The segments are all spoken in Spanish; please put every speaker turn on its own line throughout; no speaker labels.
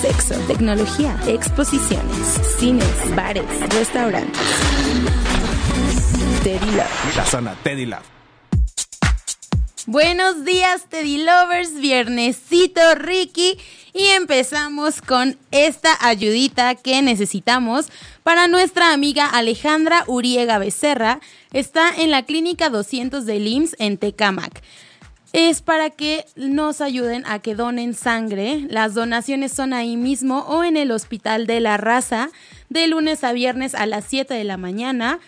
Sexo, tecnología, exposiciones, cines, bares, restaurantes. Te digo.
La zona Teddy Love.
Buenos días, Teddy Lovers, viernesito Ricky. Y empezamos con esta ayudita que necesitamos para nuestra amiga Alejandra Uriega Becerra. Está en la clínica 200 de IMSS en Tecamac. Es para que nos ayuden a que donen sangre. Las donaciones son ahí mismo o en el Hospital de la Raza de lunes a viernes a las 7 de la mañana.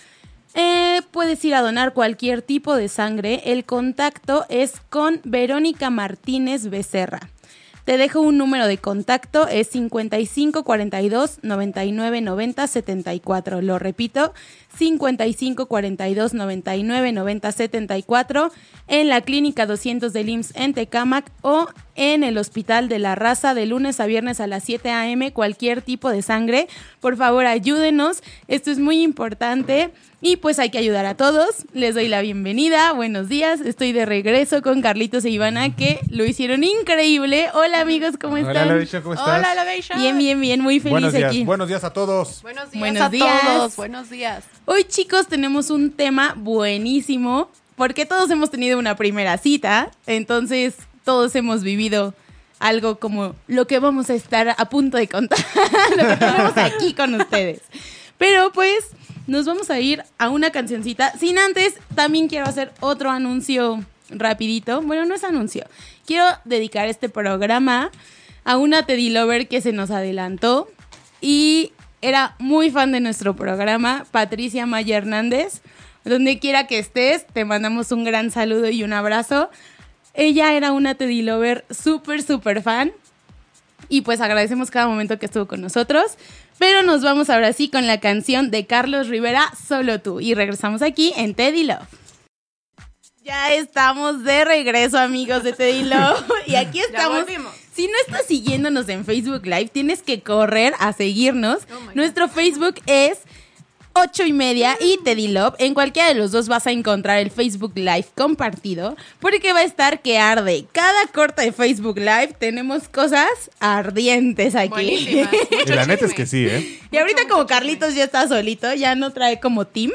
Eh, puedes ir a donar cualquier tipo de sangre. El contacto es con Verónica Martínez Becerra. Te dejo un número de contacto, es 55 42 99 90 74. Lo repito, 55 42 99 90 74 en la clínica 200 del IMSS en Tecámac o en el Hospital de la Raza de lunes a viernes a las 7 a.m. cualquier tipo de sangre. Por favor, ayúdenos, esto es muy importante y pues hay que ayudar a todos. Les doy la bienvenida, buenos días, estoy de regreso con Carlitos e Ivana que lo hicieron increíble. Hola amigos, ¿cómo
Hola,
están?
Loisha, ¿cómo estás?
Hola, Lovation.
Bien, bien, bien, muy feliz
Buenos días.
aquí.
Buenos días a todos.
Buenos días
Buenos
a
días.
todos. Buenos días.
Hoy chicos tenemos un tema buenísimo porque todos hemos tenido una primera cita, entonces todos hemos vivido algo como lo que vamos a estar a punto de contar, lo que tenemos aquí con ustedes. Pero pues nos vamos a ir a una cancioncita. Sin antes, también quiero hacer otro anuncio rapidito. Bueno, no es anuncio. Quiero dedicar este programa a una Teddy Lover que se nos adelantó y era muy fan de nuestro programa, Patricia Maya Hernández. Donde quiera que estés, te mandamos un gran saludo y un abrazo. Ella era una Teddy Lover súper, súper fan. Y pues agradecemos cada momento que estuvo con nosotros. Pero nos vamos ahora sí con la canción de Carlos Rivera, Solo tú. Y regresamos aquí en Teddy Love. Ya estamos de regreso, amigos de Teddy Love. Y aquí estamos.
volvimos.
Si no estás siguiéndonos en Facebook Live, tienes que correr a seguirnos.
Oh my God. Mm.
Nuestro Facebook es 8 y media y Teddy Love. En cualquiera de los dos vas a encontrar el Facebook Live compartido porque va a estar que arde. Cada corta de Facebook Live tenemos cosas ardientes aquí.
Buenísimas.
Y la neta es que sí, ¿eh?
Y ahorita
Mucho,
como
mucho
Carlitos ya está solito, ya no trae como team.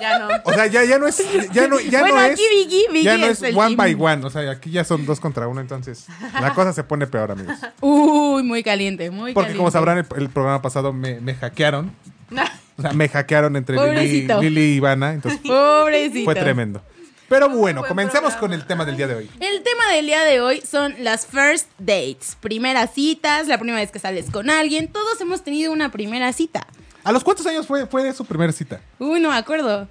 Ya no.
O sea, ya, ya no es. Ya no, ya
bueno,
no
aquí
es,
Vicky, Vicky
ya no
es
es
el team.
one by one. O sea, aquí ya son dos contra uno. Entonces, la cosa se pone peor, amigos.
Uy, muy caliente, muy
Porque
caliente.
como sabrán, el, el programa pasado me, me hackearon. O sea, me hackearon entre Lili,
Pobrecito.
Lili y Ivana. Entonces,
Pobrecito.
fue tremendo. Pero bueno,
buen
comencemos
programa.
con el tema del día de hoy.
El tema del día de hoy son las first dates, primeras citas, la primera vez que sales con alguien. Todos hemos tenido una primera cita.
¿A los cuántos años fue, fue su primera cita?
Uy, no me acuerdo.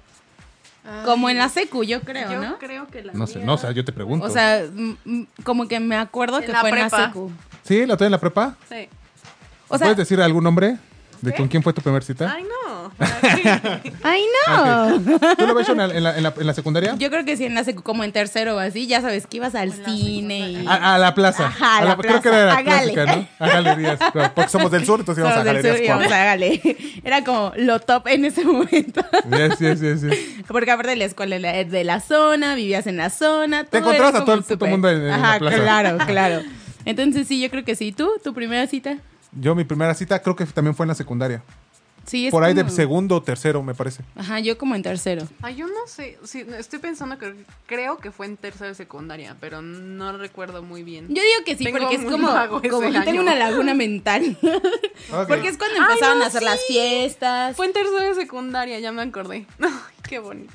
Ay,
Como en la secu, yo creo,
Yo
¿no?
creo que la
No sé,
mía-
no, o sea, yo te pregunto.
O sea, mm, mm, como que me acuerdo
En
que
la
fue en la
prepa.
secu.
¿Sí? ¿La tuve en la prepa?
Sí.
O sea,
¿Puedes decir algún nombre? ¿De
¿Qué?
con quién fue tu primera cita? Ah,
Ay, no. ¿Para qué?
ay no.
¿Tú lo ves en la, en la- en la- en la secundaria?
Yo creo que sí en la secu, como en tercero o así, ya sabes que ibas al cine y...
A, a la plaza.
Ajá, a
A
la
Creo que
plaza.
era
A
la
Gale.
clásica, ¿no? A galerías. claro, Porque somos del sur, entonces íbamos a
Somos del
galerías.
sur y vamos
Cuauhtémoc.
a Gale. Era como lo top en ese momento.
Yes, yes, yes, yes.
Porque aparte de la escuela era de la zona, vivías en la zona.
Te
todo
encontrabas
era
a todo
como
el puto
súper-
mundo en- en la
Ajá,
plaza.
claro, claro. Entonces sí, yo creo que sí. ¿Tú? ¿Tu primera cita?
Yo mi primera cita creo que también fue en la secundaria.
Sí, es
Por ahí de
como-
segundo o tercero, me parece.
Ajá, yo como en tercero.
Ay, yo no sé. Sí, no, estoy pensando que creo que fue en tercera de secundaria, pero no recuerdo muy bien.
Yo digo que sí,
Tengo
porque es
un
como,
vago ese
como que tengo
año.
una laguna mental.
Ok.
Porque es cuando
Ay,
empezaron
no,
a hacer
sí.
las fiestas.
Fue en tercera de secundaria, ya me acordé. Ay, qué bonito.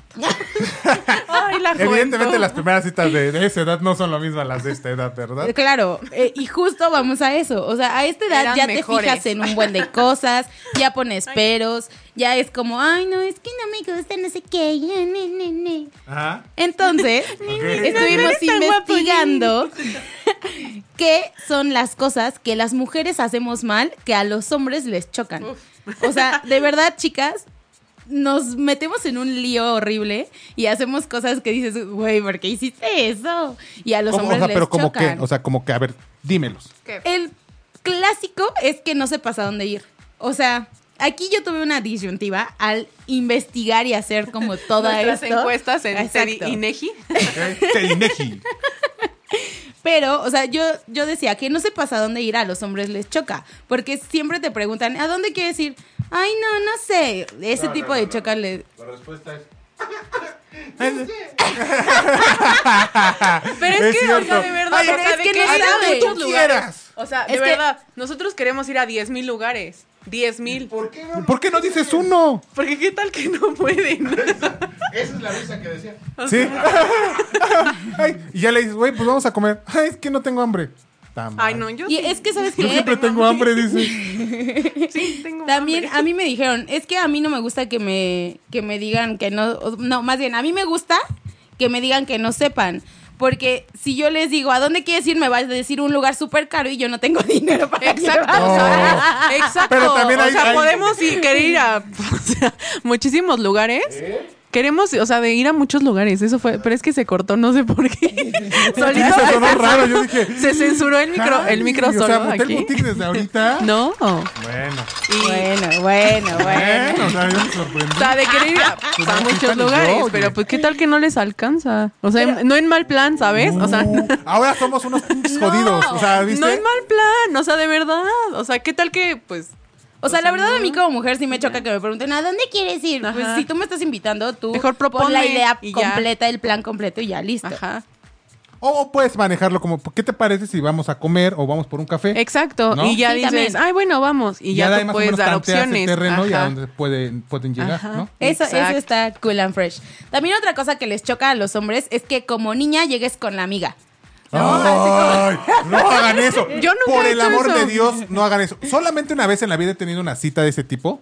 Ay, la juventud.
Evidentemente las primeras citas de, de esa edad no son lo mismas las de esta edad, ¿verdad?
Claro, eh, y justo vamos a eso. O sea, a esta edad
Eran
ya
mejores.
te fijas en un buen de cosas, ya pones peros, ya es como, ay, no, es que no me gusta, no sé qué. ya, ne, ne, ne".
Ajá.
Entonces,
Ok.
estuvimos
no eres tan guapo,
investigando ¿Qué son las cosas que las mujeres hacemos mal que a los hombres les chocan? O sea, de verdad, chicas, nos metemos en un lío horrible y hacemos cosas que dices, güey, ¿por qué hiciste eso? Y a los
¿Cómo? O
hombres
sea,
les
pero como que,
chocan.
o sea, como que, a ver, dímelos.
¿Qué?
El clásico es que no sepas a dónde ir. O sea, aquí yo tuve una disyuntiva al investigar y hacer como todas
Nuestras encuestas en
Exacto.
Teddy Inegi.
Telinegi.
Pero, o sea, yo, yo decía que no sepas a dónde ir, a los hombres les choca. Porque siempre te preguntan, ¿a dónde quieres ir? Ay, no, no sé. Ese tipo de choca le-
La respuesta es.
Pero es,
Es
que, o sea,
cierto.
de verdad,
Ay,
o sea,
es
de
que no
hay
sabe.
muchos
Tú
lugares.
quieras.
O sea, de
Es que-
verdad, nosotros queremos ir a 10.000 lugares. 10.000.
¿Por qué no dices uno?
Porque qué tal que no pueden.
Sí. Ay, y ya le dices, güey, pues vamos a comer. Ay, es que no tengo hambre. Ta
Ay,
madre.
no, yo
Y
sí,
es que, ¿sabes
Yo
qué?
siempre tengo hambre, dice.
sí tengo
También
hambre.
a mí me dijeron, es que a mí no me gusta que me, que me digan que no, o- no, más bien, a mí me gusta que me digan que no sepan. Porque si yo les digo, ¿a dónde quieres ir? Me vas a decir un lugar súper caro y yo no tengo dinero para
Exacto,
llevar.
o sea, exacto.
Pero también hay-
o sea,
hay-
podemos ir- querer ir a o sea, muchísimos lugares.
¿Eh?
Queremos, o sea, de ir a muchos lugares. Eso fue, pero es que se cortó, no sé por qué. Solito
Eso
se
sonó
censuró-
raro, yo dije.
Se censuró el micro, el micro
Ay,
solo
O sea, Motel
aquí.
Boutique desde ahorita.
No.
Bueno.
Bueno, bueno,
¿Eh?
bueno.
Bueno, o sea, yo me
O
sorprendí.
sea, de querer ir a, pues, a
no,
muchos
Tiffany, yo,
lugares,
oye.
pero pues qué tal que no les alcanza. O sea, en- no en mal plan, ¿sabes? O sea,
Uh, ahora somos unos pinches jodidos. O sea, ¿viste?
no en mal plan, o sea, de verdad. O sea, qué tal que pues
O sea, la verdad a mí como mujer sí me choca que me pregunten, ¿a dónde quieres ir? Pues
Ajá.
si tú me estás invitando, tú
Mejor
pon la
proponme
idea
y ya.
completa, el plan completo y ya listo.
ajá.
O, o puedes manejarlo como, ¿qué te parece si vamos a comer o vamos por un café?
Exacto,
¿No?
y ya
Sí,
dices,
también.
ay, bueno, vamos, y ya,
de ahí
tú
más o
puedes
menos
dar
tanteas el
opciones.
terreno y a
Ajá.
dónde pueden, pueden llegar,
Ajá.
¿no?
Eso, eso
Exacto.
está cool and fresh. También otra cosa que les choca a los hombres es que como niña llegues con la amiga.
Ay, no hagan eso.
Yo nunca
Por
he
el
hecho
amor
eso.
de Dios, no hagan eso. Solamente una vez en la vida he tenido una cita de ese tipo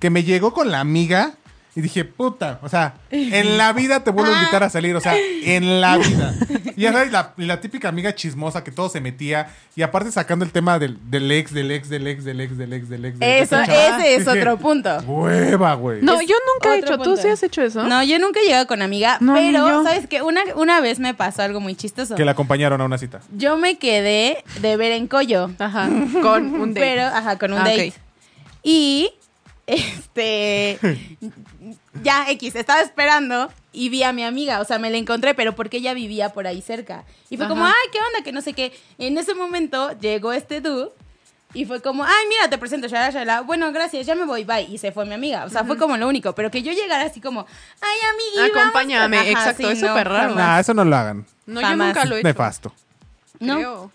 que me llegó con la amiga y dije, puta, o sea, en la vida te
Ah.
vuelvo a invitar a salir, o sea, en la vida. Y ya sabes, la, la típica amiga chismosa que todo se metía y aparte sacando el tema del, del ex, del ex, del ex, del ex, del ex, del ex. del ex,
Eso,
del ex.
ese es
Dije,
otro punto.
Hueva, güey.
No,
Es
yo nunca he
otro
hecho, ¿tú
punto.
sí has hecho eso?
No, yo nunca he llegado con amiga,
No, ni
pero
yo.
sabes que una, una vez me pasó algo muy chistoso.
Que la acompañaron a una cita.
Yo me quedé de ver en collo.
Ajá, con un date.
Pero, ajá, con un
Ah, ok.
date. Y, este, ya, X, estaba esperando y vi a mi amiga, o sea, me la encontré, pero porque ella vivía por ahí cerca. Y fue
Ajá.
como, ay, ¿qué onda? Que no sé qué. En ese momento llegó este dude y fue como, ay, mira, te presento, shala, shala. Bueno, gracias, ya me voy, bye. Y se fue mi amiga. O sea, fue como lo único. Pero que yo llegara así como, ay, amiguita.
Acompáñame, exacto, es súper raro.
Nah, eso no lo hagan.
no, yo
jamás.
nunca lo he hecho.
Nefasto.
No.
creo.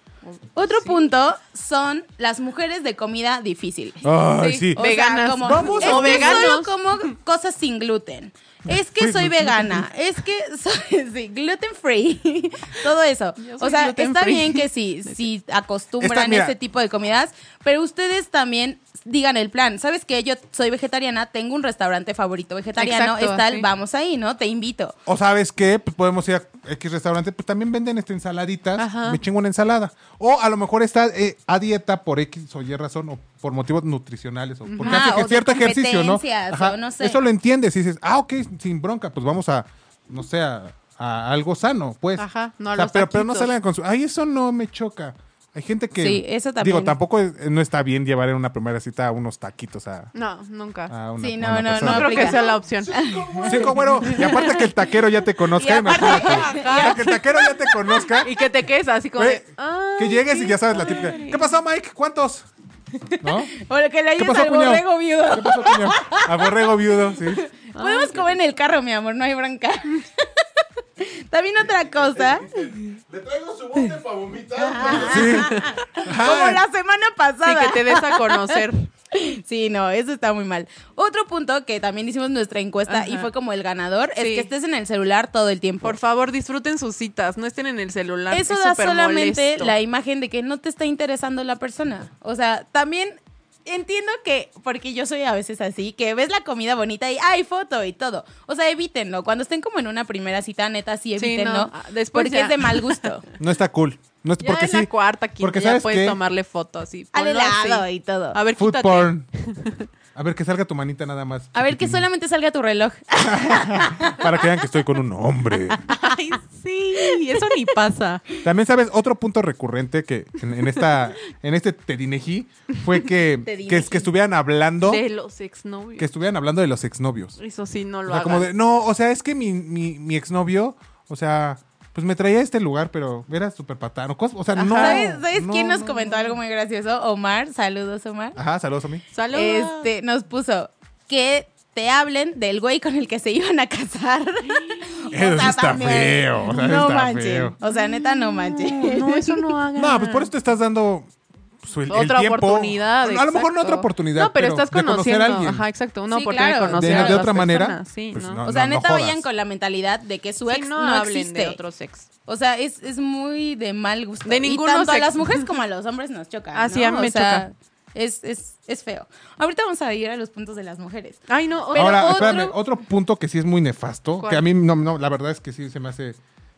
Otro
Sí.
punto son las mujeres de comida difícil.
Ay, sí.
Sí.
O sea,
Veganas.
como,
Vamos
es
a
que
veganos.
solo como cosas sin gluten. Es que soy vegana. Es que soy sí, gluten free. Todo eso.
Yo soy
O sea,
gluten
está
free.
bien que sí, si
Esta,
acostumbran
mira.
ese tipo de comidas, pero ustedes también digan el plan. ¿Sabes qué? Yo soy vegetariana, tengo un restaurante favorito vegetariano,
Exacto,
está el
sí.
vamos ahí, ¿no? Te invito.
O sabes qué, pues podemos ir a X restaurante, pues también venden este, ensaladitas,
Ajá.
me chingo una ensalada. O a lo mejor está eh, a dieta por X o Y razón, o por motivos nutricionales, o porque
Ajá,
hace
o de
cierto ejercicio, ¿no?
competencias, o no sé.
Eso lo entiendes y dices, ah, ok, sin bronca, pues vamos a, no sé, a, a algo sano, pues.
Ajá, no a los
pero, pero no
taquitos.
salgan con su... Ay, eso no me choca. Hay gente que...
Sí, eso también.
Digo, tampoco es- no está bien llevar en una primera cita unos taquitos a...
No, nunca.
a una,
Sí,
a
no,
una
no,
persona.
no creo
aplica.
que sea la opción.
Cinco, güero. Y aparte que el taquero ya te conozca.
Y
imagínate. O sea, que el taquero ya te conozca.
y que te quedes así como
güey,
de, "Ay,
que llegues
qué
y ya sabes la
padre".
típica. ¿Qué pasó, Mike? ¿Cuántos? ¿No?
O lo que le hayas
pasó,
al
cuñado?
borrego viudo.
Ah,
¿Qué pasó, cuñado? A borrego viudo, sí.
Podemos comer en el carro, mi amor, no hay bronca. También otra cosa,
Le traigo su bote para vomitar.
Sí.
como la semana
Sí,
pasada.
que te des a conocer.
Sí, no, eso está muy mal. Otro punto que también hicimos nuestra encuesta y
Ajá.
fue como el ganador es
Sí.
que estés en el celular todo el tiempo.
Por favor, disfruten sus citas, no estén en el celular.
eso
es
da
súper
solamente
molesto.
la imagen de que no te está interesando la persona. O sea, también entiendo que, porque yo soy a veces así, que ves la comida bonita y hay foto y todo. O sea, evítenlo. Cuando estén como en una primera cita, neta, sí
Sí,
evítenlo.
no. Ah, después
porque
ya.
es de mal gusto.
No está cool. No es
Ya
porque
es la
sí.
cuarta, quinta,
Porque
ya
sabes
puedes
qué?
tomarle fotos. Y
Al
ponlo así.
helado y todo.
A ver,
Food
quítate.
porn. A ver, que salga tu manita nada más.
A ver, que
chiquitín,
solamente salga tu reloj.
Para que vean que estoy con un hombre.
Ay, sí, eso ni pasa.
También, ¿sabes? Otro punto recurrente que en, en esta, en este Tedineji fue que,
Tedineji.
que, es- que estuvieran hablando.
De los exnovios.
Que estuvieran hablando de los exnovios.
Eso sí, no
O
lo
sea,
hagas.
como de, no, o sea, es que mi, mi, mi exnovio, o sea, pues me traía a este lugar, pero era súper patano. cos- O sea, no.
¿Sabes, sabes
no,
quién nos
no,
comentó
no.
algo muy gracioso? Omar, saludos Omar.
Ajá, saludos a mí.
Saluda.
Este, nos puso que te hablen del güey con el que se iban a casar. O sea,
Eso sí está
también.
feo, o sea,
no
está
manchen.
feo.
O sea, neta, no manchen.
No, eso no hagas.
No, pues por eso te estás dando pues, el, el
Mm. otra
tiempo.
oportunidad.
Bueno, a lo mejor no
exacto.
otra oportunidad.
No, pero, estás
de conocer
conociendo.
a alguien.
Ajá, exacto. Una
Sí,
oportunidad
claro.
de conocer
De-
a
de
otras
otra manera,
personas, Sí,
pues,
¿no?
no.
O sea, neta,
jodas.
vayan con la mentalidad de que su
Sí,
ex
no
no,
hablen
existe.
de otro sexo.
O sea, es, es muy de mal gusto.
De
Y
ninguno
tanto a
sex-
las mujeres como a los hombres nos choca.
Ah, sí,
¿no?
a mí me
O sea, Es, es, es feo. Ahorita vamos a ir a los puntos de las mujeres.
Ay, no.
Pero
Ahora,
otro-
espérame, otro punto que sí es muy nefasto,
¿Cuál?
que a mí no, no, la verdad es que sí se me hace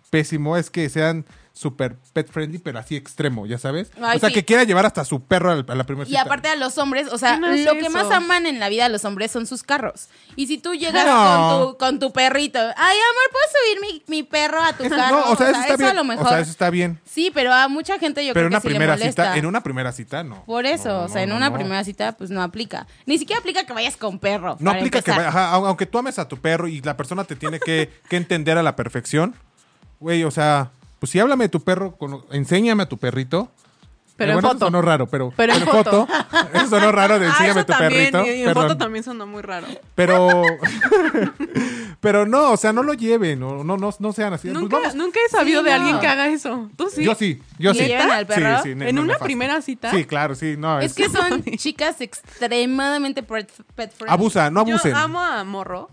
pésimo, es que sean súper pet friendly, pero así extremo, ya sabes.
Ay,
o sea,
sí.
que quiera llevar hasta su perro al- a la primera
Y aparte a los hombres, o sea,
¿Quién hace
lo que
eso?
más aman en la vida a los hombres son sus carros. Y si tú llegas
No.
con, tu, con tu perrito, ay amor, ¿puedo subir mi, mi perro a tu carro?
no, o sea, eso está bien.
a lo mejor.
O sea, eso está bien.
Sí, pero a mucha gente yo creo
pero una
que sí
primera
le molesta.
cita, en una primera cita no.
Por eso,
No, no,
o sea, en
no,
una
no.
primera cita, pues no aplica. Ni siquiera aplica que vayas con perro.
No
para
aplica que,
empezar.
vaya- ajá, au- aunque tú ames a tu perro y la persona te tiene que, que entender a la perfección, güey, o sea, pues sí, háblame de tu perro, con- enséñame a tu perrito. Eh,
Pero en
Bueno, eso
foto.
sonó raro, pero,
Pero en foto.
Eso sonó raro de
Ah,
enséñame
eso
a tu
también.
perrito.
y- y en
perdón.
foto también sonó muy raro.
Pero. pero no, o sea, no lo lleven. o No, no, no sean así. Pues
Nunca,
vamos.
nunca he sabido
Sí,
de
no.
alguien que haga eso. ¿Tú sí?
Yo sí, yo
¿Le
sí.
llevan al perro?
ne-
¿En
no,
una
nefasto.
primera cita?
Sí, claro, sí. No,
Es que son chicas extremadamente pet pet friendly.
Abusa, no
Yo
abusen.
amo a Morro.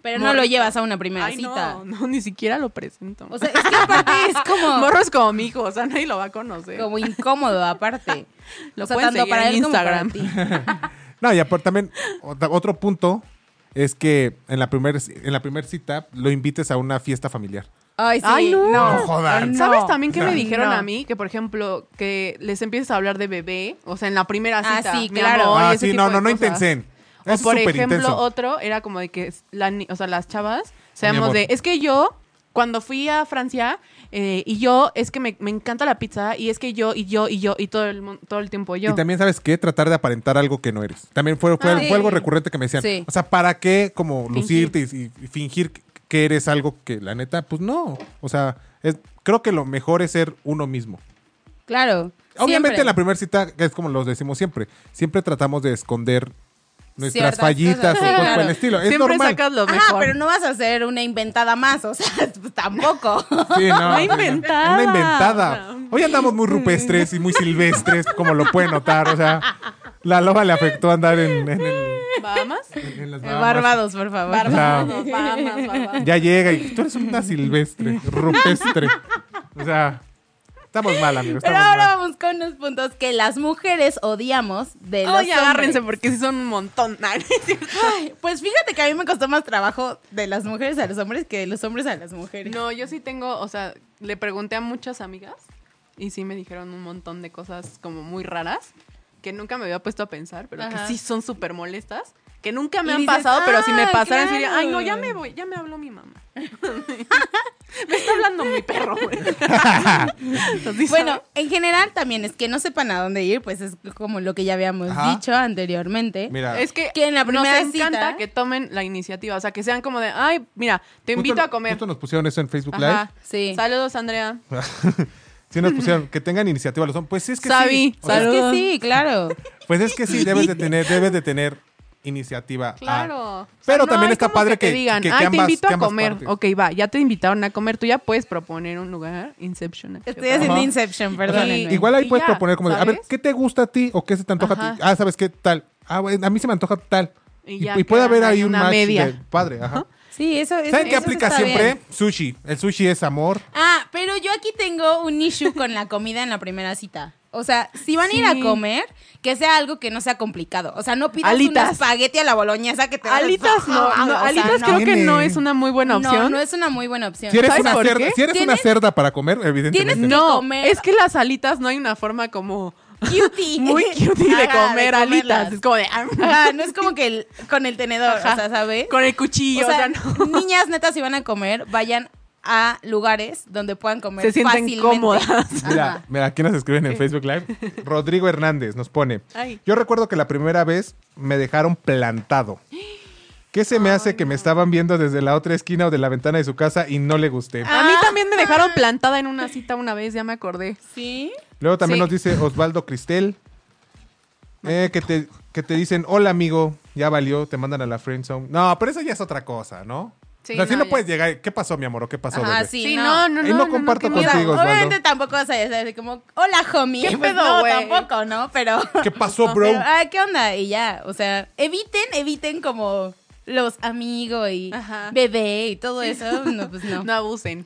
Pero no lo llevas a una primera
Ay,
cita.
no, no, ni siquiera lo presento.
O sea, es que aparte es como,
Morro es como mi hijo, o sea, nadie lo va a conocer.
como incómodo, aparte.
Lo
O sea,
pueden
tanto
seguir
para
en
él como para
Instagram.
ti.
No, y aparte también, ot- otro punto es que en la primera en la primer cita lo invites a una fiesta familiar.
Ay, sí.
Ay, no.
No jodan.
¿Sabes también qué me
No.
dijeron
No.
a mí? Que, por ejemplo, que les empieces a hablar de bebé, o sea, en la primera
Ah,
cita.
sí,
mi
claro.
amor, y
Ah,
ese
sí,
tipo
no,
de
no, no
cosas.
intensen. Eso
O,
es
por
súper
ejemplo,
intenso.
otro era como de que, la ni- o sea, las chavas,
Mi
seamos
amor.
de, es que yo, cuando fui a Francia, eh, y yo, es que me, me encanta la pizza, y es que yo, y yo, y yo, y todo el, mun- todo el tiempo yo.
Y también, ¿sabes qué? Tratar de aparentar algo que no eres. También fue, fue,
Ah,
fue
sí.
algo recurrente que me decían.
Sí.
O sea, ¿para qué como
Fingir.
lucirte y, y fingir que eres algo que la neta, pues no? O sea, es, creo que lo mejor es ser uno mismo.
Claro.
Obviamente
siempre.
en la primera cita, que es como los decimos siempre, siempre tratamos de esconder nuestras
Ciertas
fallitas
cosas,
o
sí,
cosas por
claro.
el estilo. Es
Siempre
normal.
sacas lo
Ajá,
mejor.
pero no vas a hacer una inventada más, o sea, pues, tampoco.
Sí, no,
Una
sí, no.
inventada. Mm.
Una inventada. Hoy andamos muy rupestres y muy silvestres, como lo pueden notar. O sea, la loba le afectó andar en, en, el-
¿Bahamas?
en- en las Bahamas.
Eh, Barbados, por favor.
Barbados, Bahamas, Barbados.
Ya llega y tú eres una silvestre, rupestre. O sea, estamos mal, amigos.
Pero
Estamos
ahora
mal.
vamos con los puntos que las mujeres odiamos de los
Oye, agárrense
hombres.
porque sí son un montón. Ay,
Ay, pues fíjate que a mí me costó más trabajo de las mujeres a los hombres que de los hombres a las mujeres.
No, yo sí tengo, o sea, le pregunté a muchas amigas y sí me dijeron un montón de cosas como muy raras que nunca me había puesto a pensar, pero
Ajá.
que sí son súper molestas, que nunca me
Y
han
dices,
pasado, pero si me
"Ah,
pasaran
claro".
sería, ay, no, ya me voy, ya me habló mi mamá. me está hablando mi perro, güey. Entonces,
Bueno,
¿sabes?
en general también es que no sepan a dónde ir, pues es como lo que ya habíamos
Ajá.
dicho anteriormente.
Mira,
es que,
que en la primera
nos
cita-
encanta que tomen la iniciativa, o sea, que sean como de, ay, mira, te invito
justo-
a comer.
Justo nos pusieron eso en Facebook
Ajá.
Sí.
Saludos, Andrea.
Si nos pusieron que tengan iniciativa los hombres. Pues es que
Sabi,
sí. O sea,
Es que
Saludos.
sí, claro.
Pues es que sí, debes de tener, debes de tener iniciativa.
Claro.
Ah,
O sea,
Pero
no
también
hay
está
como
padre que,
te digan,
que- que
ay, te
ambas-
invito a
que ambas
comer.
partes.
Ok, va, ya te invitaron a comer. Tú ya puedes proponer un lugar. Inception. ¿eh?
Estoy haciendo
Ajá.
Inception,
sea,
perdónenme.
Igual ahí
Y
puedes
ya,
proponer como, de, a ver,
¿sabes?
¿qué te gusta a ti o qué se te antoja a ti?
Ajá.
Ah, ¿sabes qué tal? Ah, bueno, a mí se me antoja tal.
Y
Y,
ya
y puede
quedan
haber ahí
ahí
un
una
match
media.
de padre. Ajá.
Sí, eso es.
¿Saben qué aplica siempre? Sushi. El sushi es amor.
Ah, pero yo aquí tengo un issue con la comida en la primera cita. O sea, si van a ir a
Sí.
comer, que sea algo que no sea complicado. O sea, no pidas
Alitas.
un espagueti a la boloñesa que te vas a-
Alitas no, no,
O sea,
alitas
no.
creo que
Tiene-
no es una muy buena opción.
No, no es una muy buena opción.
Si eres,
¿Sabes
una
por
cerda,
qué?
si eres una
Tienes-
cerda para comer, evidentemente.
tienes-
No,
que comer.
es que las alitas no hay una forma como
Cutie.
muy cutie de
Ajá,
comer
comerlas.
alitas. Es como de ah,
Ajá, no es como que el- con el tenedor, o sea, ¿sabes?
con el cuchillo,
o sea,
no.
niñas netas si van a comer, vayan a lugares donde puedan comer
Se sienten
fácilmente.
cómodas.
Ajá.
Mira, mira, aquí nos escriben en Facebook Live. Rodrigo Hernández nos pone.
Ay.
Yo recuerdo que la primera vez me dejaron plantado. ¿Qué se me hace que me estaban viendo desde la otra esquina o de la ventana de su casa y no le gusté?
A
ah,
mí también me dejaron plantada en una cita una vez, ya me acordé.
Sí.
Luego también
Sí.
nos dice Osvaldo Cristel. eh, que, te, que te dicen, hola amigo, ya valió, te mandan a la friendzone. No, pero eso ya es otra cosa, ¿no?
Sí,
o sea, sí
no,
no
ya.
puedes llegar. ¿Qué pasó, mi amor? ¿O qué pasó,
Ajá,
bebé?
sí. no.
Ahí no
qué
comparto
O sea,
miedo.
contigo. Osvaldo.
obviamente tampoco vas a decir así como, hola homie.
¿Qué
Pues
pedo,
no,
güey?
tampoco, ¿no? Pero.
¿Qué pasó, bro?
pero, ah, ¿qué onda? Y ya, o sea, eviten, eviten como los amigos y
Ajá.
bebé y todo eso. No, pues no.
No abusen.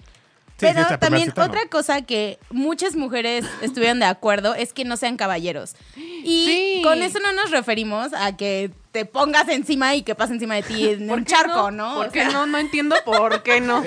Sí, sí,
Pero
es la primera
también
cita, ¿no?
otra cosa que muchas mujeres estuvieron de acuerdo es que no sean caballeros. Y
Sí.
con eso no nos referimos a que te pongas encima y que pase encima de ti en
¿Por
un
qué
charco, ¿no? O
¿Por qué
sea,
no? No entiendo por qué no.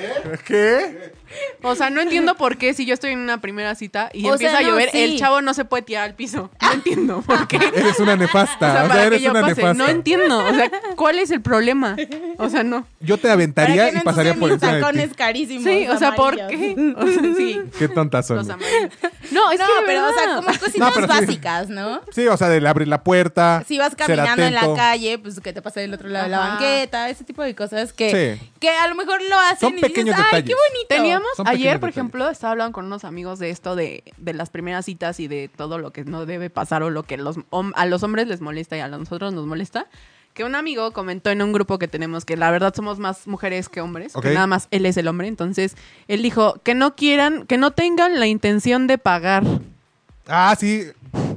¿Qué?
O sea, no entiendo por qué si yo estoy en una primera cita y
O
empieza
sea, no,
a llover,
sí.
el chavo no se puede tirar al piso. No entiendo por qué.
Eres una nefasta.
O sea,
o
para
sea,
que
eres
yo
una
pase.
nefasta.
No entiendo. O sea, ¿cuál es el problema? O sea, no.
Yo te aventaría
para que
y pasaría por
mis
encima de
tacones
ti.
carísimos.
Sí, o sea, ¿por qué?
amarillos.
O sea, sí.
Qué tontas son.
Los amarillos. No, es
no,
que de
pero, o sea,
verdad.
como cositas
pero sí.
básicas, ¿no?
Sí, o sea, del abrir la puerta.
Si vas
ser
caminando en la
atento.
calle, pues que te pase del otro lado de la
Ajá.
banqueta, ese tipo de cosas que,
Sí.
que a lo mejor lo hacen
Son
y
pequeños
dices, ¡ay,
detalles.
qué bonito!
Teníamos,
Son pequeños
ayer, por
detalles.
ejemplo, estaba hablando con unos amigos de esto de, de las primeras citas y de todo lo que no debe pasar o lo que los, hom- a los hombres les molesta y a nosotros nos molesta. Que un amigo comentó en un grupo que tenemos que la verdad somos más mujeres que hombres,
Ok.
que nada más él es el hombre. Entonces, él dijo que no quieran, que no tengan la intención de pagar.
Ah, sí.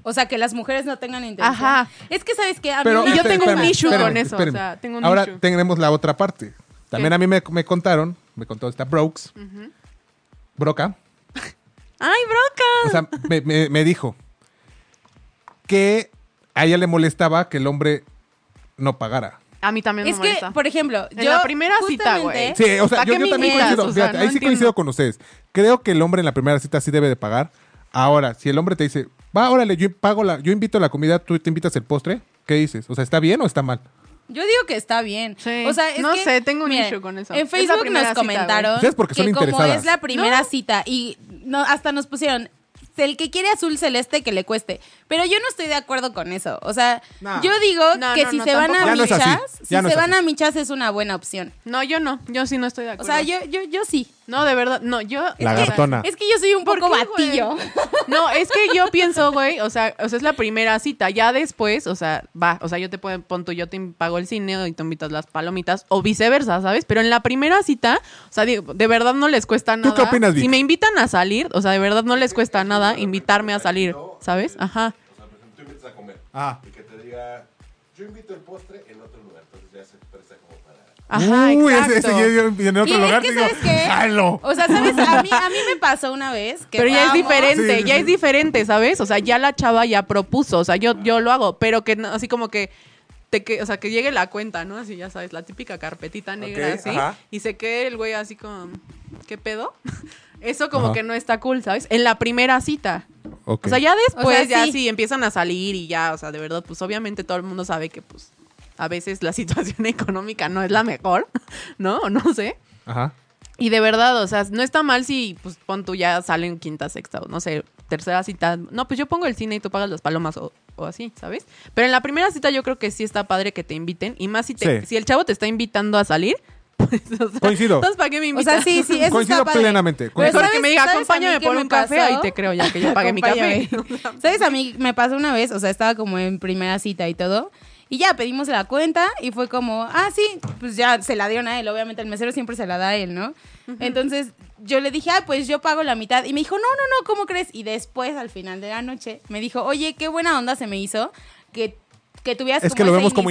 O sea, que las mujeres no tengan intención.
Ajá.
Es que, ¿sabes qué? A mí
Pero,
me
Y yo
espérame,
tengo un
espérame,
issue
espérame,
con eso, o
espérame.
sea, tengo un
Ahora
issue.
tenemos la otra parte. También
¿Qué?
a mí me, me contaron, me contó esta Brooks. Broca.
¡Ay,
O
broca!
sea, me, me- me dijo que a ella le molestaba que el hombre no pagara.
A mí también
Es
me
que,
molesta.
por ejemplo,
En
yo.
la primera cita, güey.
justamente-
Sí, o sea,
¿Para
yo,
qué
yo también
miras?
coincido.
O sea,
fíjate,
no
ahí sí
entiendo.
coincido con ustedes. Creo que el hombre en la primera cita sí debe de pagar. Ahora, si el hombre te dice, va, órale, yo pago la, yo invito la comida, tú te invitas el postre, ¿qué dices? O sea, ¿está bien o está mal?
Yo digo que está bien.
Sí.
O sea, es
No
que,
sé, tengo un issue con eso.
En
Es la
Facebook
primera
nos
cita,
comentaron
güey. Sí, es porque
que
son
como
interesadas.
es la primera cita y no, hasta nos pusieron el que quiere azul celeste que le cueste. Pero yo no estoy de acuerdo con eso. O sea,
No.
yo digo
No,
que
no,
si
no,
se van
tampoco.
a
Ya no es así.
michas, si
Ya no
se
es
van
así.
a michas es una buena opción.
No, yo no. Yo sí no estoy de
O
acuerdo.
sea, yo, yo, yo sí.
No, de verdad, no, yo...
Lagartona.
Es que yo soy un
¿Por
poco
qué, güey?
batillo.
No, es que yo pienso, güey, o sea, o sea, es la primera cita. Ya después, o sea, va, o sea, yo te puedo, pon tú, yo te pago el cine y te invitas las palomitas o viceversa, ¿sabes? Pero en la primera cita, o sea, digo, de verdad no les cuesta
¿Tú
nada.
qué opinas, Vic?
Si me invitan a salir, o sea, de verdad no les cuesta nada invitarme a salir, ¿sabes? Ajá.
O sea, por ejemplo, tú invitas a comer
Ah.
y que te diga, yo invito el postre en otro lugar, entonces ya se presta como para...
Ajá,
Uy, ese-
exacto.
ese yo- yo en otro
Y
lugar
es que,
digo,
¿sabes qué?
"Jalo".
O sea, ¿sabes? A mí, a mí me pasó una vez que.
Pero ya es
vamos-
diferente,
Sí, sí,
ya
sí.
es diferente, ¿sabes? O sea, ya la chava ya propuso, o sea, yo, yo lo hago, pero que no- así como que, te que, o sea, que llegue la cuenta, ¿no? Así, ya sabes, la típica carpetita negra
Ok,
así,
ajá.
y se quede el güey así como, ¿qué pedo? Eso como
Ajá.
que no está cool, ¿sabes? En la primera cita.
Ok.
O sea, ya después,
O sea,
ya
sí.
sí. empiezan a salir y ya, o sea, de verdad, pues obviamente todo el mundo sabe que, pues, a veces la situación económica no es la mejor, ¿no? O No sé.
Ajá.
Y de verdad, o sea, no está mal si, pues, pon tú ya salen quinta, sexta, o no sé, tercera cita. No, pues yo pongo el cine y tú pagas las palomas o, o así, ¿sabes? Pero en la primera cita yo creo que sí está padre que te inviten. Y más si, te,
Sí.
si el chavo te está invitando a salir, pues, o sea,
Coincido.
Entonces, ¿para qué me
O
invitas?
sea, sí, sí, eso
Coincido
está padre.
plenamente.
Pero
Mejor
¿sabes-
que me diga,
sabes a mí
acompáñame
qué
por
me
un café,
pasó?
ahí te creo ya que yo pagué mi café.
Acompáñame. ¿Sabes? A mí me pasó una vez, o sea, estaba como en primera cita y todo. Y ya pedimos la cuenta y fue como, ah, sí, pues ya se la dieron a él. Obviamente, el mesero siempre se la da a él, ¿no? Entonces yo le dije, ah, pues yo pago la mitad. Y me dijo, no, no, no, ¿cómo crees? Y después, al final de la noche, me dijo, oye, qué buena onda se me hizo que, que tuvieras
Es que lo
esa
vemos como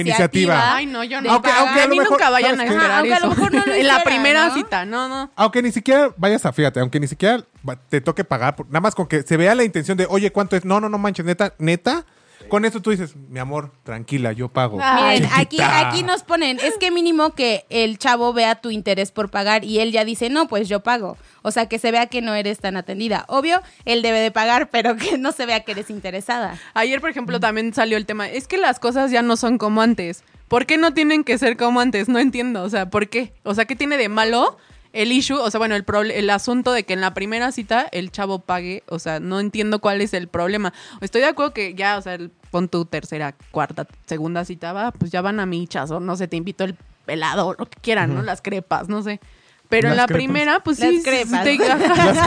iniciativa.
Ay, no, yo no.
Aunque- aunque a
a
lo
mí
mejor-
nunca vayan a
¿sabes qué?
esperar
Aunque a lo
eso.
mejor no lo
En la
hicieran,
primera
¿no?
cita, no, no.
Aunque ni siquiera vayas a, fíjate, aunque ni siquiera va- te toque pagar, por- nada más con que se vea la intención de, oye, ¿cuánto es? No, no, no manches, neta, neta. Con esto tú dices, mi amor, tranquila, yo pago.
Ah, Ay,
Miren, aquí,
chiquita.
aquí nos ponen, es que mínimo que el chavo vea tu interés por pagar y él ya dice, no, pues yo pago. O sea, que se vea que no eres tan atendida. Obvio, él debe de pagar, pero que no se vea que eres interesada.
Ah,
Ayer, por ejemplo, también salió el tema. Es que las cosas ya no son como antes. ¿Por qué no tienen que ser como antes? No entiendo. O sea, ¿por qué? O sea, ¿qué tiene de malo el issue? O sea, bueno, el, proble- el asunto de que en la primera cita el chavo pague. O sea, no entiendo cuál es el problema. Estoy de acuerdo que ya, o sea, el- pon tu tercera, cuarta, segunda cita, va, pues ya van a mi chazo. No sé, te invito el pelado, lo que quieran, ¿no? Las crepas, no sé. Pero en
Las
la
crepas.
primera, pues
Las
sí, sí, sí
crepas.
te-
Las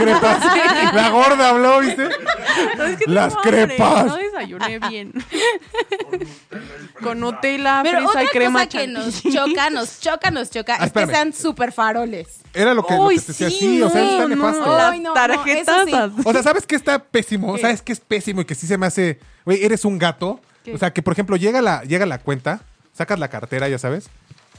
crepas. la gorda habló, ¿viste?
Es que
Las
tengo hambre,
crepas.
No desayuné bien. Con Nutella,
Pero
fresa
otra
y crema
cosa que nos
chantilly.
choca, nos choca, nos choca,
Ah,
es que
espérame.
sean súper faroles.
Era lo que, lo
Uy,
que te decía,
sí,
sí, o sea, está
no,
nefasto.
no.
Ay, no, no,
tarjetas.
eso
O sea, ¿sabes qué está pésimo? ¿Sabes qué es pésimo y que sí se me hace, güey, eres un gato? O sea, que por ejemplo llega la, llega la cuenta, sacas la cartera, ya sabes,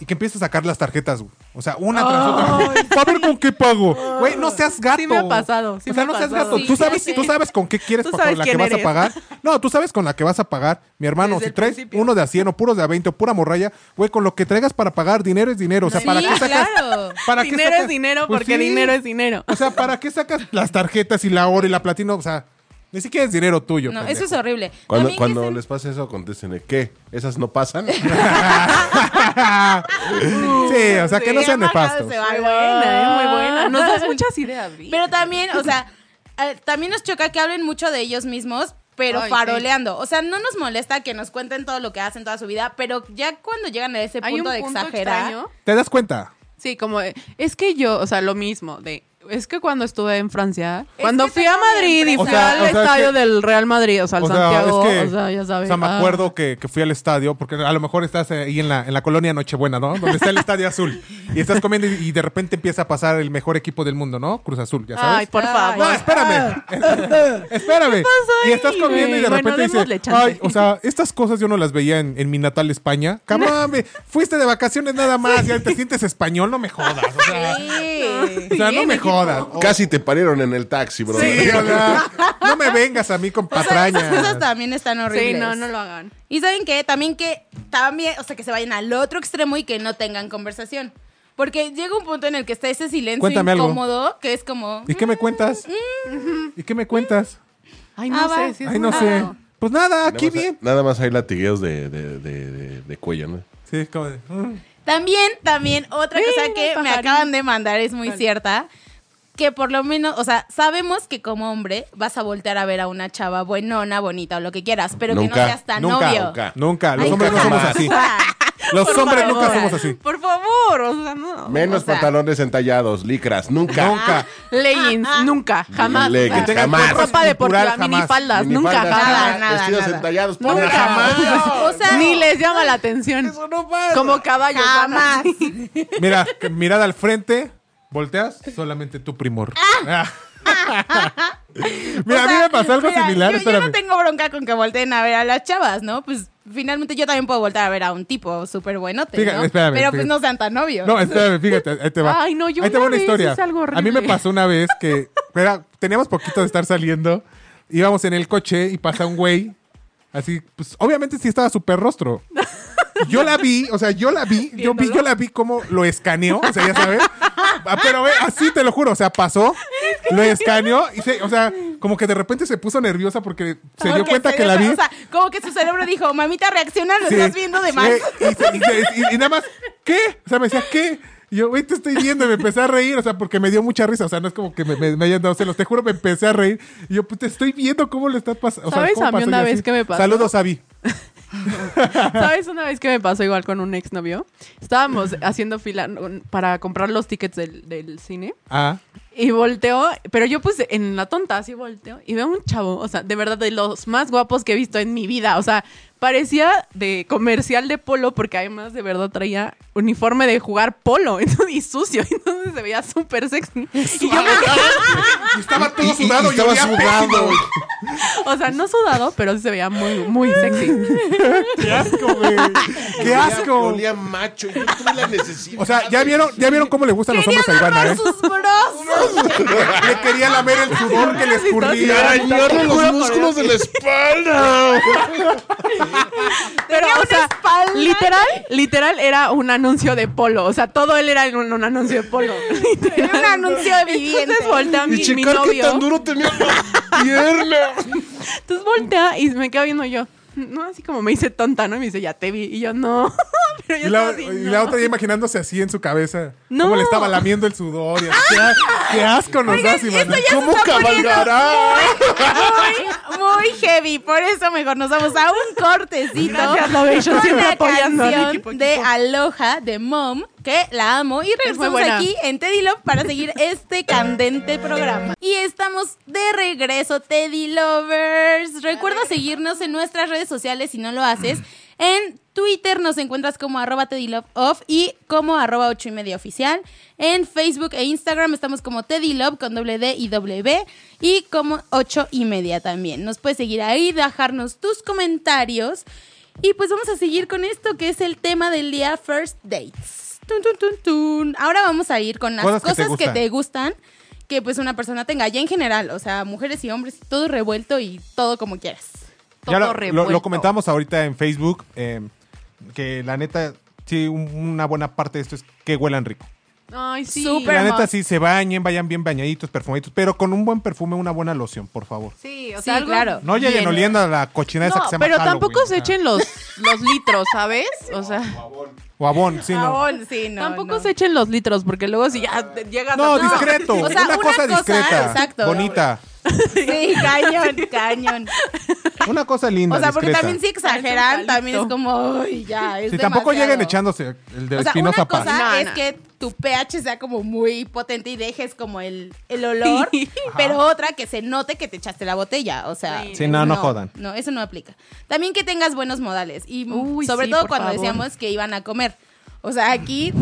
y que empiezas a sacar las tarjetas, güey. O sea, una tras otra. A ver con qué pago. Güey, no seas gato.
me ha pasado, sí
o sea,
me
no
ha
seas
pasado.
gato.
Sí,
tú,
ya
sabes,
sé.
tú sabes con qué quieres
Tú
pagar,
sabes
con la que
quién
vas a
eres.
pagar. No, tú sabes con la que vas a pagar. Mi hermano,
Desde
si
el
traes
principio.
uno de a 100 o puros de a 20 o pura morralla, güey, con lo que traigas para pagar, dinero es dinero. O sea,
Sí,
¿para qué sacas?
claro.
¿para qué
Dinero
sacas?
es dinero
Pues
porque
sí. Pues
dinero es dinero.
O sea, ¿para qué sacas las tarjetas y la oro y la platino? O sea, ni siquiera es dinero tuyo.
No,
pendejo.
eso es horrible.
Cuando,
También
cuando
dicen-
les pase eso, contesten, ¿qué? ¿Esas no pasan?
Ah, Sí, o sea, que no
Sí,
sean
ya me acabo
nefastos.
de cebar,
Muy
güey.
buena, eh, muy buena. Nos das muchas ideas, vi.
Pero también, o sea, eh, también nos choca que hablen mucho de ellos mismos, pero
Ay, sí.
faroleando. O sea, no nos molesta que nos cuenten todo lo que hacen toda su vida, pero ya cuando llegan a ese
Hay un
punto de
punto
exagerar.
extraño.
¿Te das cuenta?
Sí, como eh, es que yo, o sea, lo mismo de es que cuando estuve en Francia,
Es
cuando
que
fui
tengo
a Madrid y
mi
fui
empresa. O sea,
al
o sea, es
estadio
que-
del Real Madrid, o sea, al Santiago, o sea, ya sabes.
o sea, me
ah.
acuerdo que, que fui al estadio, porque a lo mejor estás ahí en la, en la colonia Nochebuena, ¿no? Donde está el Estadio Azul. Y estás comiendo y, y de repente empieza a pasar el mejor equipo del mundo, ¿no? Cruz Azul, ya sabes.
Ay, por favor.
No, espérame. espérame.
pasó
y estás
ahí,
comiendo y de
güey?
repente
Bueno, démosle
dices,
chance.
ay, o sea, estas cosas yo no las veía en, en mi natal España. Cabrón, me- fuiste de vacaciones nada más y ahora te sientes español, no me jodas. O sea,
Sí.
o sea, no
Bien,
me
equipo.
jodas. O-
Casi te parieron en el taxi, bro.
Sí, o sea, no me vengas a mí con
O sea, esas cosas
patrañas.
también están horribles.
Sí, no, no lo hagan.
Y saben qué, también que también, o sea, que se vayan al otro extremo y que no tengan conversación. Porque llega un punto en el que está ese silencio
Cuéntame algo.
incómodo que es como
¿Y qué me cuentas?
Mm.
¿Y qué me cuentas?
Ay,
Ah,
no
va.
sé, sí es
Ay, no
muy
sé.
raro.
Pues nada,
Nada
aquí
más-
bien.
Nada más hay latigueos de, de, de, de- de cuello, ¿no?
Sí, como de, mm.
También, también, otra
Sí,
cosa
el
que me
pajarín.
acaban de mandar es muy
Vale.
cierta. Que por lo menos, o sea, sabemos que como hombre vas a voltear a ver a una chava buenona, bonita o lo que quieras, pero que
Nunca,
no seas tan
nunca,
novio.
nunca, nunca. Los
Ay,
hombres no
nunca.
somos así. Los
Por
hombres nunca
favor.
somos así.
Por favor, o sea, no.
Menos
O sea-
pantalones entallados, licras, nunca.
Nunca.
Leggings, nunca, jamás.
Leggings,
O sea,
jamás.
Ropa deportiva,
Cultural, jamás.
minifaldas,
Minifaldas,
nunca, jamás.
nada, nada,
Vestidos
nada.
entallados, por
Nunca.
jamás.
O sea,
Ni les llama la atención. Como caballos. van
jamás.
así.
Mira, mirada al frente, volteas, solamente tu primor. Mira,
O
a mí
sea,
me pasó algo
Ah. mira,
similar.
Yo, yo
espérame.
no tengo bronca con que volteen a ver a las chavas, ¿no? Pues finalmente yo también puedo voltear a ver a un tipo súper buenote.
Fíjate,
¿no?
espérame,
pero pues
fíjate.
no sean tan novios.
No, espérame, fíjate, ahí te va.
Ay, no, yo
ahí te va
una
una
vez
historia.
hice algo horrible.
a mí me pasó una vez que era- teníamos poquito de estar saliendo, íbamos en el coche y pasa un güey, así, pues obviamente sí estaba súper rostro. Yo la vi, o sea, yo la vi, yo vi, yo la vi como lo escaneó, o sea, ya sabes. Ah, Pero ve, así te lo juro, o sea, pasó, lo escaneó y se, o sea, como que de repente se puso nerviosa porque se dio
Porque
cuenta
se
que
dio
la vi.
cuenta, O sea, como que su cerebro dijo, mamita, reacciona, lo
Sí.
estás viendo de más.
Eh, y, se- y se- y- y nada más, ¿qué? O sea, me decía, ¿qué? Y yo, güey, te estoy viendo, y me empecé a reír, o sea, porque me dio mucha risa, o sea, no es como que me, me- me hayan dado celos, te juro, me empecé a reír. Y yo, pues te estoy viendo cómo le estás pasando.
¿Sabes a mí una vez que me pasó?
Saludos, Avi.
¿Sabes una vez que me pasó igual con un exnovio? Estábamos haciendo fila no, para comprar los tickets del, del cine.
Ah,
Y volteo, pero yo puse en la tonta, así volteo, y veo un chavo, o sea, de verdad, de los más guapos que he visto en mi vida. O sea, parecía de comercial de polo, porque además de verdad traía uniforme de jugar polo, entonces, y sucio, entonces se veía súper sexy. Y yo me-
y estaba todo
Y- y- y
sudado,
estaba
yo olía
sudado.
pésimo.
o sea, no sudado, pero sí se veía muy, muy sexy.
Qué asco, güey. Qué
Olía-
asco.
Olía macho. Yo tuve la necesidad.
O sea, ya vieron, ya vieron cómo le gustan los hombres a Ivana, ¿eh?
sus bros.
Le quería lamer el sudor que le escurría.
Arañarle los músculos de la espalda.
Pero,
Tenía
o
una
sea,
espalda.
literal, literal era un anuncio de polo. O sea, todo él era un, un anuncio de polo.
Era un anuncio de vivienda.
Entonces voltea mi,
Y
mi
checar qué tan
novio.
duro tenía la pierna.
Entonces voltea y me queda viendo yo. No, así como me hice tonta, ¿no? Y me dice, ya te vi. Y yo, no. Pero yo
Y la,
estaba así,
y
no.
la otra ya imaginándose así en su cabeza.
No. ¡Ah!
Cómo le estaba lamiendo el sudor. Y así, qué, qué asco nos das, Iván.
¿Cómo cabalgará?
Muy, muy heavy. Por eso mejor nos vamos a un cortecito.
Gracias, Lovation,
con
siempre
la
apoyando a
canción
Ricky Poquito.
de Aloha de Mom, que la amo. Y
muy
regresamos
buena.
aquí en Teddy Love para seguir este candente programa. Y estamos de regreso, Teddy Lovers. Recuerda seguirnos en nuestras redes sociales si no lo haces. En Twitter nos encuentras como arroba Teddy Love Off y como arroba 8 y media oficial. En Facebook e Instagram estamos como Teddy Love con doble D y W y como 8 y media también. Nos puedes seguir ahí, dejarnos tus comentarios. Y pues vamos a seguir con esto que es el tema del día First Dates. Tun, tun, tun, tun. Ahora vamos a ir con las
Cosas
cosas,
que te
que, te
gustan.
gustan que pues una persona tenga, ya en general, o sea, mujeres y hombres, todo revuelto y todo como quieras.
Ya lo,
Todo
lo-
revuelto.
lo comentamos ahorita en Facebook. eh, que la neta, sí, un- una buena parte de esto es que huelan rico.
Ay, sí.
Súper
la neta,
hermoso.
sí, se bañen, vayan bien bañaditos, perfumaditos, pero con un buen perfume, una buena loción, por favor.
Sí, o
Sí,
sea, algo-
claro.
No lleguen
Bien.
oliendo a la cochina esa que
No,
se llama
pero
Halloween,
tampoco se
ah.
echen los, los litros, ¿sabes? O sea,
O abón, sí, no.
Jabón, sí, no,
tampoco
no.
se echen los litros, porque luego si ya te llegas
No,
a-
discreto.
O sea,
una,
una cosa,
cosa discreta.
exacto.
Bonita.
Sí, cañón, cañón.
Una cosa linda.
O sea, porque
discreta.
también si exageran, también es como, uy, ya, es
Sí, tampoco
demasiado".
lleguen echándose el de
O sea, una
Espinosa Paz.
cosa
No,
es
no.
que tu pH sea como muy potente y dejes como el, el olor, pero otra que se note que te echaste la botella, o sea...
Sí.
Sí, no, no jodan.
No, eso no aplica. También que tengas buenos modales y
Uy,
sobre
sí,
todo
por
cuando
favor.
decíamos que iban a comer. O sea, aquí,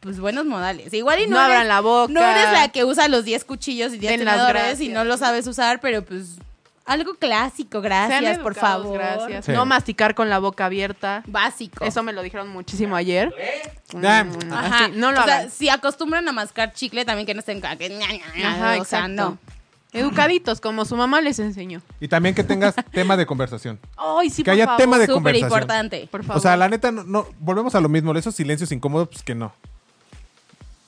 pues buenos modales. Igual y no,
No
eres-
abran la boca.
No eres la que usa los 10 cuchillos y 10
Den las
tenedores y
gracias.
no lo sabes usar, pero pues algo clásico,
Sean
gracias, por
educados,
favor.
Gracias.
Sí.
No masticar con la boca abierta.
Básico.
Eso me lo dijeron muchísimo ayer.
Ah,
Ajá.
Sí, no lo
o sea,
hagan.
si acostumbran a mascar chicle, también que no estén ca- que ña, ña, ña,
Ajá,
o sea,
exacto.
no.
Educaditos, como su mamá les enseñó.
Y también que tengas tema de conversación.
Ay, sí,
que
por
haya
favor.
tema de
Súper
conversación.
importante.
Por favor.
O sea, la neta, no, no- volvemos a lo mismo. Esos silencios incómodos, pues que no.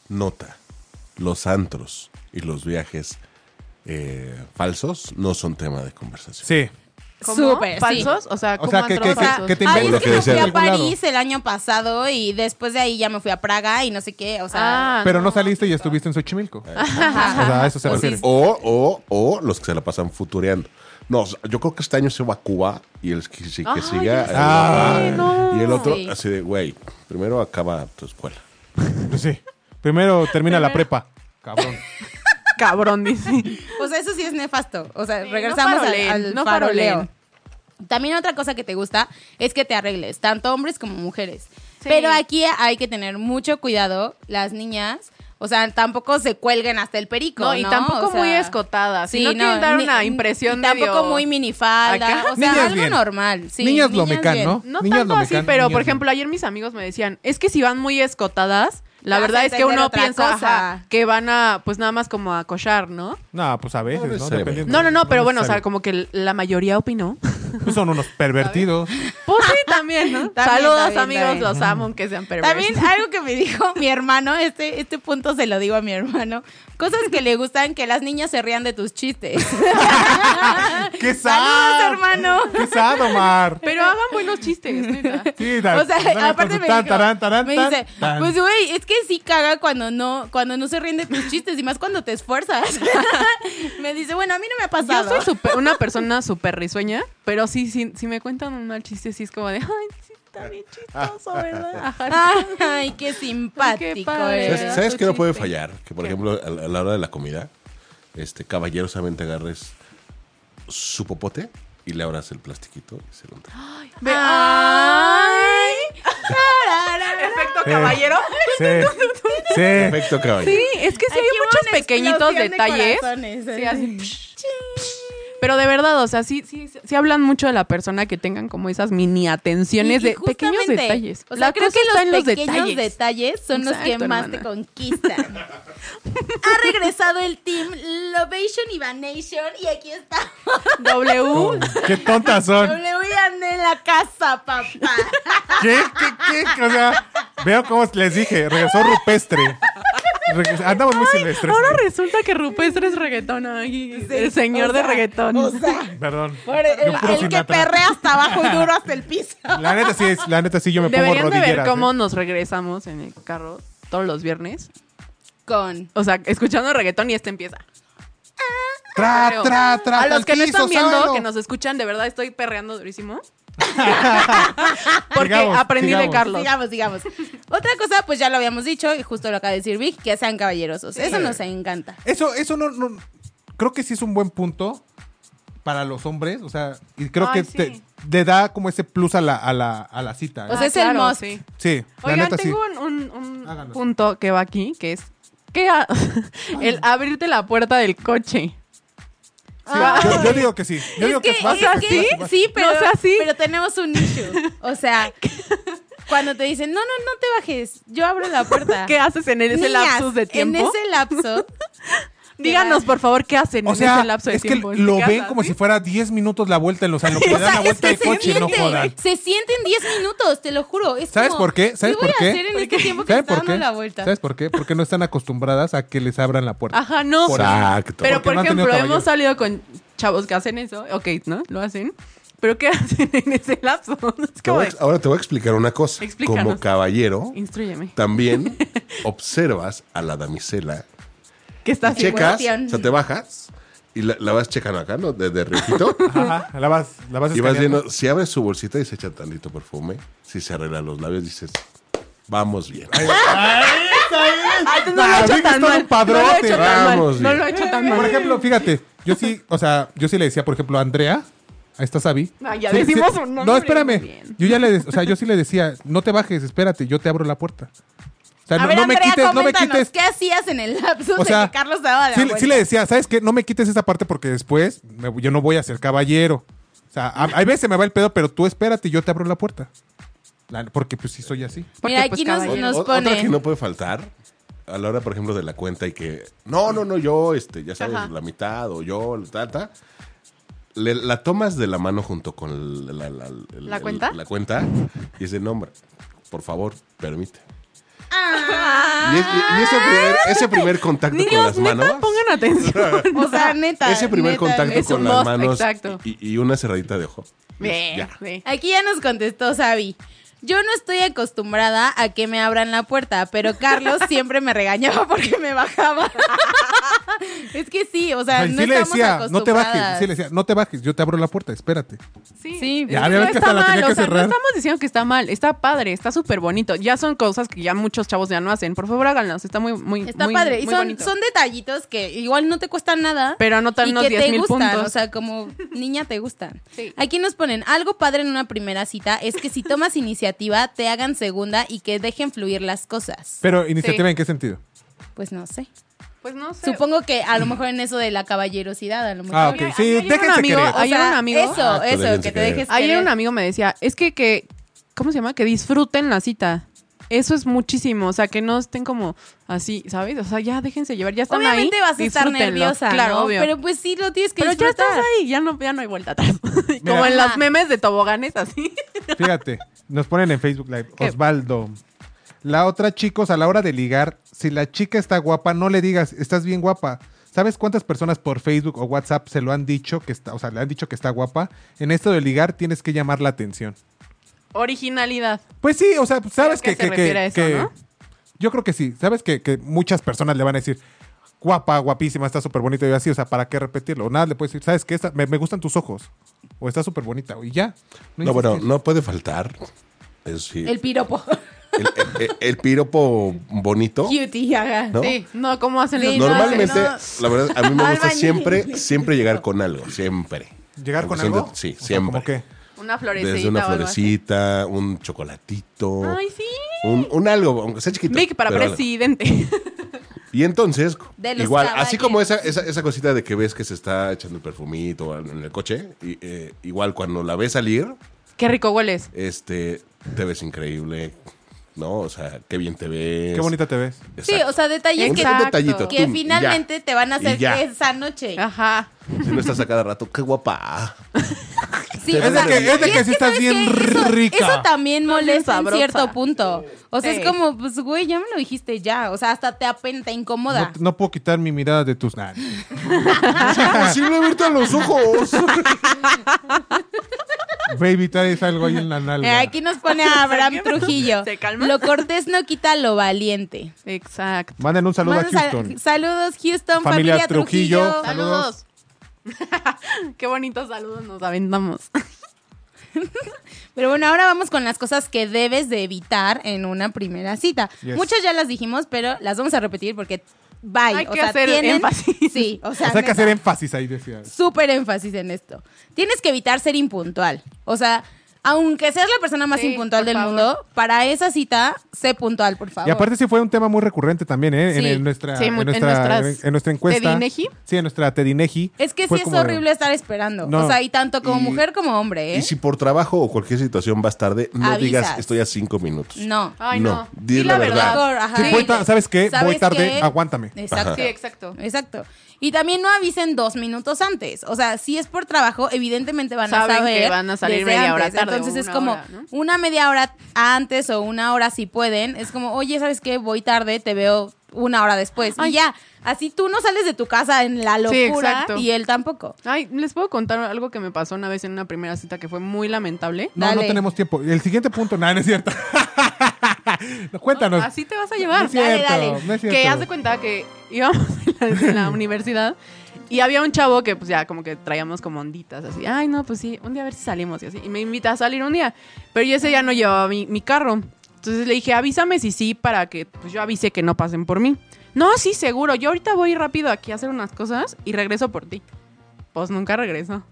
Nota. Los antros y los viajes eh, falsos no son tema de conversación.
Sí.
¿Cómo?
Súper, sí.
¿Falsos, o sea, ah,
O
¿cómo
sea, que-
antros
que- que-
falsos?
que te
Ay,
Lo
es
que
que me
decía
fui a
algún lado.
París el año pasado y después de ahí ya me fui a Praga y no sé qué, o sea,
Ah,
Pero no saliste y estuviste en Xochimilco. O sea, a eso se
Pues
O,
refiere.
o, o, o los que se la pasan futureando. No, o sea, yo creo que este año se va a Cuba y el que, que
Ay,
siga.
ya
eh,
sé,
Ah.
no.
Y el otro,
Sí.
así de, güey, primero acaba tu escuela.
Pues sí. Primero termina la prepa. Cabrón.
Cabrón, dice.
o sea, eso sí es nefasto, o sea,
Sí, no
regresamos al-
faroleen,
al,
no
faroleo.
faroleen.
También otra cosa que te gusta es que te arregles, tanto hombres como mujeres.
Sí.
Pero aquí hay que tener mucho cuidado, las niñas, o sea, tampoco se cuelguen hasta el perico,
No,
¿no?
y tampoco
O sea,
muy escotadas. Si no quieren dar
ni-
una impresión
y tampoco
medio-
muy minifalda,
acá.
o sea,
Niñas
algo
bien.
normal. sí,
Niñas Lomecán,
bien.
¿no?
No
Niñas
tanto así,
Lomecán,
pero
niñas
por ejemplo, ayer mis amigos me decían, es que si van muy escotadas, la
Vas a
verdad Ah, es que
entender
uno
otra
piensa
cosa.
ajá, que van a, pues nada más como a collar, ¿no?
No, pues a veces,
No
¿no?
necesariamente.
Dependiendo.
No, no, no, pero bueno, o sea,
necesariamente.
como que la mayoría opinó.
Pues son unos pervertidos.
Pues sí, también, ¿no?
También,
Saludos,
también,
amigos,
también.
los amo, aunque sean perversos.
También algo que me dijo mi hermano, este, este punto se lo digo a mi hermano. Cosas que le gustan que las niñas se rían de tus chistes.
¡Qué sad!
Saludos, hermano.
¡Qué sad, Omar!
Pero hagan buenos chistes, neta.
Sí, da-
O
dame con
sea, aparte
su
me,
tan,
dijo-
tarán, tarán,
me
tan,
dice,
tan.
pues güey, es que sí caga cuando no, cuando no se ríen de tus chistes y más cuando te esfuerzas. me dice, bueno, a mí no me ha
Yo
pasado.
soy súper- una persona súper risueña, pero sí, sí, si me cuentan un mal chiste, sí es como de, ay, sí, está bien chistoso, ¿verdad? Ajá.
Ay, qué simpático.
Qué
eres.
padre.
¿Sabes,
Pero
sabes
tu
que no puede
chiste.
fallar? Que, por ejemplo, a la, a la hora de la comida, este, caballerosamente agarres su popote y le abras el plastiquito y se lo entregas.
Ve- Ah,
Ay.
Perfecto,
Sí.
caballero.
Sí. Sí.
Perfecto, caballero.
Sí, es que sí
Aquí
hay
hubo
muchos
una
pequeñitos
explosión de
detalles.
corazones,
Sí,
¿eh?
así, Pero de verdad, o sea, sí, sí, sí, sí hablan mucho de la persona que tengan como esas mini atenciones
Y- y
de pequeños
justamente,
detalles.
O sea,
La
creo
cosa
que
está en
los pequeños detalles, son los que
Exacto,
más
hermana.
te conquistan. ha regresado el team Lovation y Vanation y aquí estamos.
W.
Qué tontas son.
Le voy a andar en la casa, papá.
¿Qué? ¿Qué? ¿Qué? O sea, veo cómo les dije. Regresó rupestre. Regres- Andamos muy silvestres.
Ahora resulta que Rupestre es reggaetón. ay, el señor de reggaetón.
Perdón.
Por el,
Yo puro
el que
Sinatra.
perrea hasta abajo y duro hasta el piso.
La neta sí, es, la neta sí, yo me
Deberían
pongo
de ver
rodilleras.
cómo
¿eh?
nos regresamos en el carro todos los viernes.
Con.
O sea, escuchando reggaetón y este empieza.
Tra,
Creo.
tra, tra.
A los que no
piso,
están viendo,
sábelo.
que nos escuchan, de verdad estoy perreando durísimo. Porque
Sigamos,
aprendí
sigamos.
de Carlos.
Digamos, digamos. Otra cosa, pues ya lo habíamos dicho, y justo lo acaba de decir Vic, que sean caballerosos. Eso nos encanta.
Eso, eso no, no- Creo que sí es un buen punto para los hombres. O sea, y creo
Ay,
que
sí.
te, le da como ese plus a la, a la, a la cita.
O
¿eh?
sea, es el must.
sí, la
Oigan,
neta sí.
tengo un- un, un
Háganlo.
punto que va aquí, que es que a- el abrirte la puerta del coche.
Sí, yo, yo digo que sí. Yo digo que,
Es que-
vas,
es
vas,
que-
vas, vas.
sí, pero,
No sea así.
pero tenemos un issue. O sea, cuando te dicen, no, no, no te bajes, yo abro la puerta.
¿Qué haces en ese
Ah. Niñas,
lapsus de tiempo?
En ese lapso,
Díganos, por favor, ¿qué hacen
O
en
sea,
ese lapso de
es que
tiempo? en
lo
su
ven
casa,
como
¿sí?
si fuera 10 minutos la vuelta en los años. que le dan la
o sea, es
vuelta
que
al
se
coche, no
siente,
jodan.
se siente en 10 minutos, te lo juro. Es
¿Sabes
como,
por qué? ¿Sabes
voy
por
a
qué?
hacer en este tiempo que me
¿Sabes
está
por
dando
qué?
la vuelta?
¿Sabes por qué? Porque no están acostumbradas a que les abran la puerta.
Ajá, no.
Por
Exacto.
Pero
Porque
por
no han tenido
ejemplo, hemos
caballeros.
salido con chavos que hacen eso, ok, ¿no? Lo hacen. Pero ¿qué hacen en ese lapso? Es
Te voy
como
a
de-
ex- ahora te voy a explicar una cosa.
Explícanos.
Como caballero,
Instruyeme.
también observas a la damisela.
¿Qué estás haciendo?
checas,
cuestión.
o sea, te
mm.
bajas y la, la vas checando acá, ¿no? Desde rejito.
Ajá, la vas, la vas
y vas
escaneando.
viendo, si abres su bolsita y se echa tantito perfume, si se arregla los labios, dices, vamos bien.
Ay, no lo he
Ah,
hecho
Vic es
tan
todo un
mal. No lo he
padrote.
hecho tan mal.
Vamos,
No
bien.
lo he hecho tan mal.
Por ejemplo, fíjate, yo sí, o sea, yo sí le decía, por ejemplo, a Andrea, a esta Sabi.
Ah, ya
sí-
decimos
sí-
un nombre,
No,
muy
espérame.
bien.
Yo ya le, de- o sea, yo sí le decía, no te bajes, espérate, yo te abro la puerta. O sea,
A
no,
ver,
no me
Andrea,
quites, no me
coméntanos,
quites.
¿qué hacías en el lapso
O sea,
de que Carlos daba la
sí,
vuelta?
sí le decía, ¿sabes qué? No me quites esa parte porque después me- yo no voy a ser caballero. O sea, a, a veces me va el pedo, pero tú espérate y yo te abro la puerta. La- porque pues sí soy así.
Porque,
Mira,
pues,
aquí nos,
caballero.
nos
O- o-
pone.
Otra que no puede faltar, a la hora, por ejemplo, de la cuenta y que, no, no, no, yo, este, ya sabes,
Ajá.
la mitad o yo, tal, tal. Le- la tomas de la mano junto con la, la- la- el-
¿La
el-
cuenta?
la cuenta y dice, no, hombre, por favor, permite. Y, es- y- y ese, primer, ese primer contacto con
Niños,
las
Ah. neta,
manos.
pongan atención.
O sea, neta.
Ese primer
neta,
contacto
neta.
es
con
un
las
must,
manos
exacto.
y, y una cerradita de ojo.
Ve,
Ya.
ve.
Aquí ya nos contestó Sabi. Yo no estoy acostumbrada a que me abran la puerta, pero Carlos siempre me regañaba porque me bajaba. es que sí, o sea,
Ay,
no
sí le
estamos
decía, no te bajes.
acostumbradas.
Sí le decía, no te bajes, yo te abro la puerta, espérate.
Sí,
Sí,
Ya,
Es
ya ves que hasta la tenía
o
que
sea, no
cerrar.
estamos diciendo que está mal, está padre, está súper bonito. Ya son cosas que ya muchos chavos ya no hacen. Por favor, háganlas, está muy, muy,
Está
muy-
padre. Y
muy
son,
bonito.
son detallitos que igual no te cuestan nada.
Pero anotan
y
unos
que
10
te
mil
gustan.
puntos.
O sea, como niña te gustan.
Sí.
Aquí nos ponen, algo padre en una primera cita es que si tomas iniciativa, te hagan segunda y que dejen fluir las cosas.
Pero, ¿iniciativa en qué sentido?
Pues no sé.
Pues no sé.
Supongo que a lo mejor en eso de la caballerosidad, a lo mejor.
Ah, ok. Sí, Ah,
ayer un
déjense
amigo-
querer.
Ayer un amigo-
Eso,
Exacto,
eso,
déjense
que te
querer.
dejes
Ayer
querer.
un amigo me decía, es que, que, ¿cómo se llama? Que disfruten la cita. Eso es muchísimo, o sea, que no estén como así, ¿sabes? O sea, ya déjense llevar, ya están
Obviamente
ahí.
vas a estar
disfrútenlo.
nerviosa,
Claro,
¿no?
obvio.
Pero pues sí lo tienes que
Pero ya
disfrutar.
estás ahí, ya no, ya no hay vuelta atrás. como en
Ajá.
los memes de toboganes, así.
Fíjate, nos ponen en Facebook Live.
¿Qué?
Osvaldo. La otra, chicos, a la hora de ligar, si la chica está guapa, no le digas, estás bien guapa. ¿Sabes cuántas personas por Facebook o WhatsApp se lo han dicho que está, o sea, le han dicho que está guapa? En esto de ligar tienes que llamar la atención.
Originalidad.
Pues sí, o sea, sabes
Creo
que,
que se
que-
refiere
que-
a eso,
que-
¿no?
Yo creo que sí. Sabes que, que muchas personas le van a decir, guapa, guapísima, está súper bonita y así, o sea, ¿para qué repetirlo? O nada le puedes decir, ¿sabes qué? Esta- me, me gustan tus ojos. O está súper bonita. Y ya.
No, bueno,
insistir.
no puede faltar. Eso sí.
El piropo.
el, el- el piropo bonito.
Cutie, haga.
¿no?
Sí, no, ¿cómo hacen
Sí,
los
no,
Normalmente,
no.
la verdad, a mí me gusta
Albañil.
siempre, siempre llegar con algo, siempre.
¿Llegar con
Aunque sea
algo?
de- Sí,
O sea,
siempre.
¿Cómo qué?
Una florecita.
Desde una
o algo así.
florecita, un chocolatito,
Ay, sí.
un, un algo, aunque sea chiquito.
Vic para
pero algo.
presidente.
Y entonces,
De los
igual, así
caballeros.
como esa, esa, esa cosita de que ves que se está echando el perfumito en el coche, y, eh, igual cuando la ves salir,
Qué rico hueles.
este, te ves increíble, ¿no? O sea, qué bien te ves.
Qué bonita te ves.
Exacto.
Sí, o sea, detalles
Un
que,
Exacto.
detallito,
que
tum, y ya.
finalmente te van a
Y
hacer
ya.
que esa noche.
Ajá.
Si no estás a cada rato, qué guapa.
Sí,
Es
o
de
sea,
que-
es de
y
que sí estás
¿sabes
bien
qué? Eso- Eso,
rica.
también molesta en
sabrosa.
cierto punto. O sea,
Sí.
es como, pues, güey, ya me lo dijiste ya. O sea, hasta te apen, te incomoda.
No, no puedo quitar mi mirada de tus narices.
Es imposible verte a los ojos.
Baby, traes algo ahí en la
Eh,
nalga.
aquí nos pone a Abraham Trujillo.
Se calma.
Lo cortés no quita lo valiente.
Exacto.
Manden un saludo
Manda
a
sal-
Houston.
saludos, Houston, familia,
Familia
Trujillo.
Trujillo.
Saludos.
Saludos.
Qué bonitos saludos nos aventamos.
Pero bueno, ahora vamos con las cosas que debes de evitar en una primera cita.
Yes.
Muchas ya las dijimos, pero las vamos a repetir porque bye.
Hay
o
que
sea,
hacer
tienen-
énfasis.
Sí, o sea,
O sea, hay que
neta.
hacer énfasis ahí, decía.
súper énfasis en esto. Tienes que evitar ser impuntual. O sea, aunque seas la persona más
Sí,
impuntual
por
del
favor.
mundo, para esa cita, sé puntual, por favor.
Y aparte sí fue un tema muy recurrente también, ¿eh? En,
Sí.
en nuestra,
Sí,
en,
mu- en
nuestra, en,
nuestras
nuestra encuesta.
Tedineji.
Sí, en nuestra Tedineji.
es que sí
Fue
es
como de-
horrible estar esperando.
No.
O sea, y tanto como
Y-
mujer como hombre,
Y
¿eh?
si por trabajo o cualquier situación vas tarde, no
Avisas.
digas estoy a cinco minutos.
No.
Ay,
No,
no.
di
Di
la verdad.
Por- ajá.
Sí, voy ta- ¿sabes qué?
¿Sabes
Voy tarde,
qué?
aguántame.
Exacto.
Sí, exacto.
Exacto. Y también no avisen dos minutos antes. O sea, si es por trabajo, evidentemente van a
Saben
saber.
que van a salir
desde
media hora
antes.
tarde o
Entonces es
una
como
hora, ¿no?
una media hora antes o una hora si pueden. Es como, oye, ¿sabes qué? Voy tarde, te veo una hora después. y ya. Así tú no sales de tu casa en la
Sí,
locura
exacto.
y él tampoco.
Ay, les puedo contar algo que me pasó una vez en una primera cita que fue muy lamentable.
No,
Dale.
no tenemos tiempo. El siguiente punto, nada, no es cierto. No, Cuéntanos.
Así te vas a
No
llevar.
es cierto,
dale.
no es
Que
cierto.
haz de cuenta que íbamos en la, en la universidad y había un chavo que pues ya como que traíamos como onditas así, ay no, pues sí, un día a ver si salimos y así. Y me invita a salir un día, pero yo ese día no llevaba mi, mi carro. Entonces le dije, avísame si sí para que pues yo avise que no pasen por mí. No, sí, seguro, yo ahorita voy rápido aquí a hacer unas cosas y regreso por ti. Pues nunca regreso.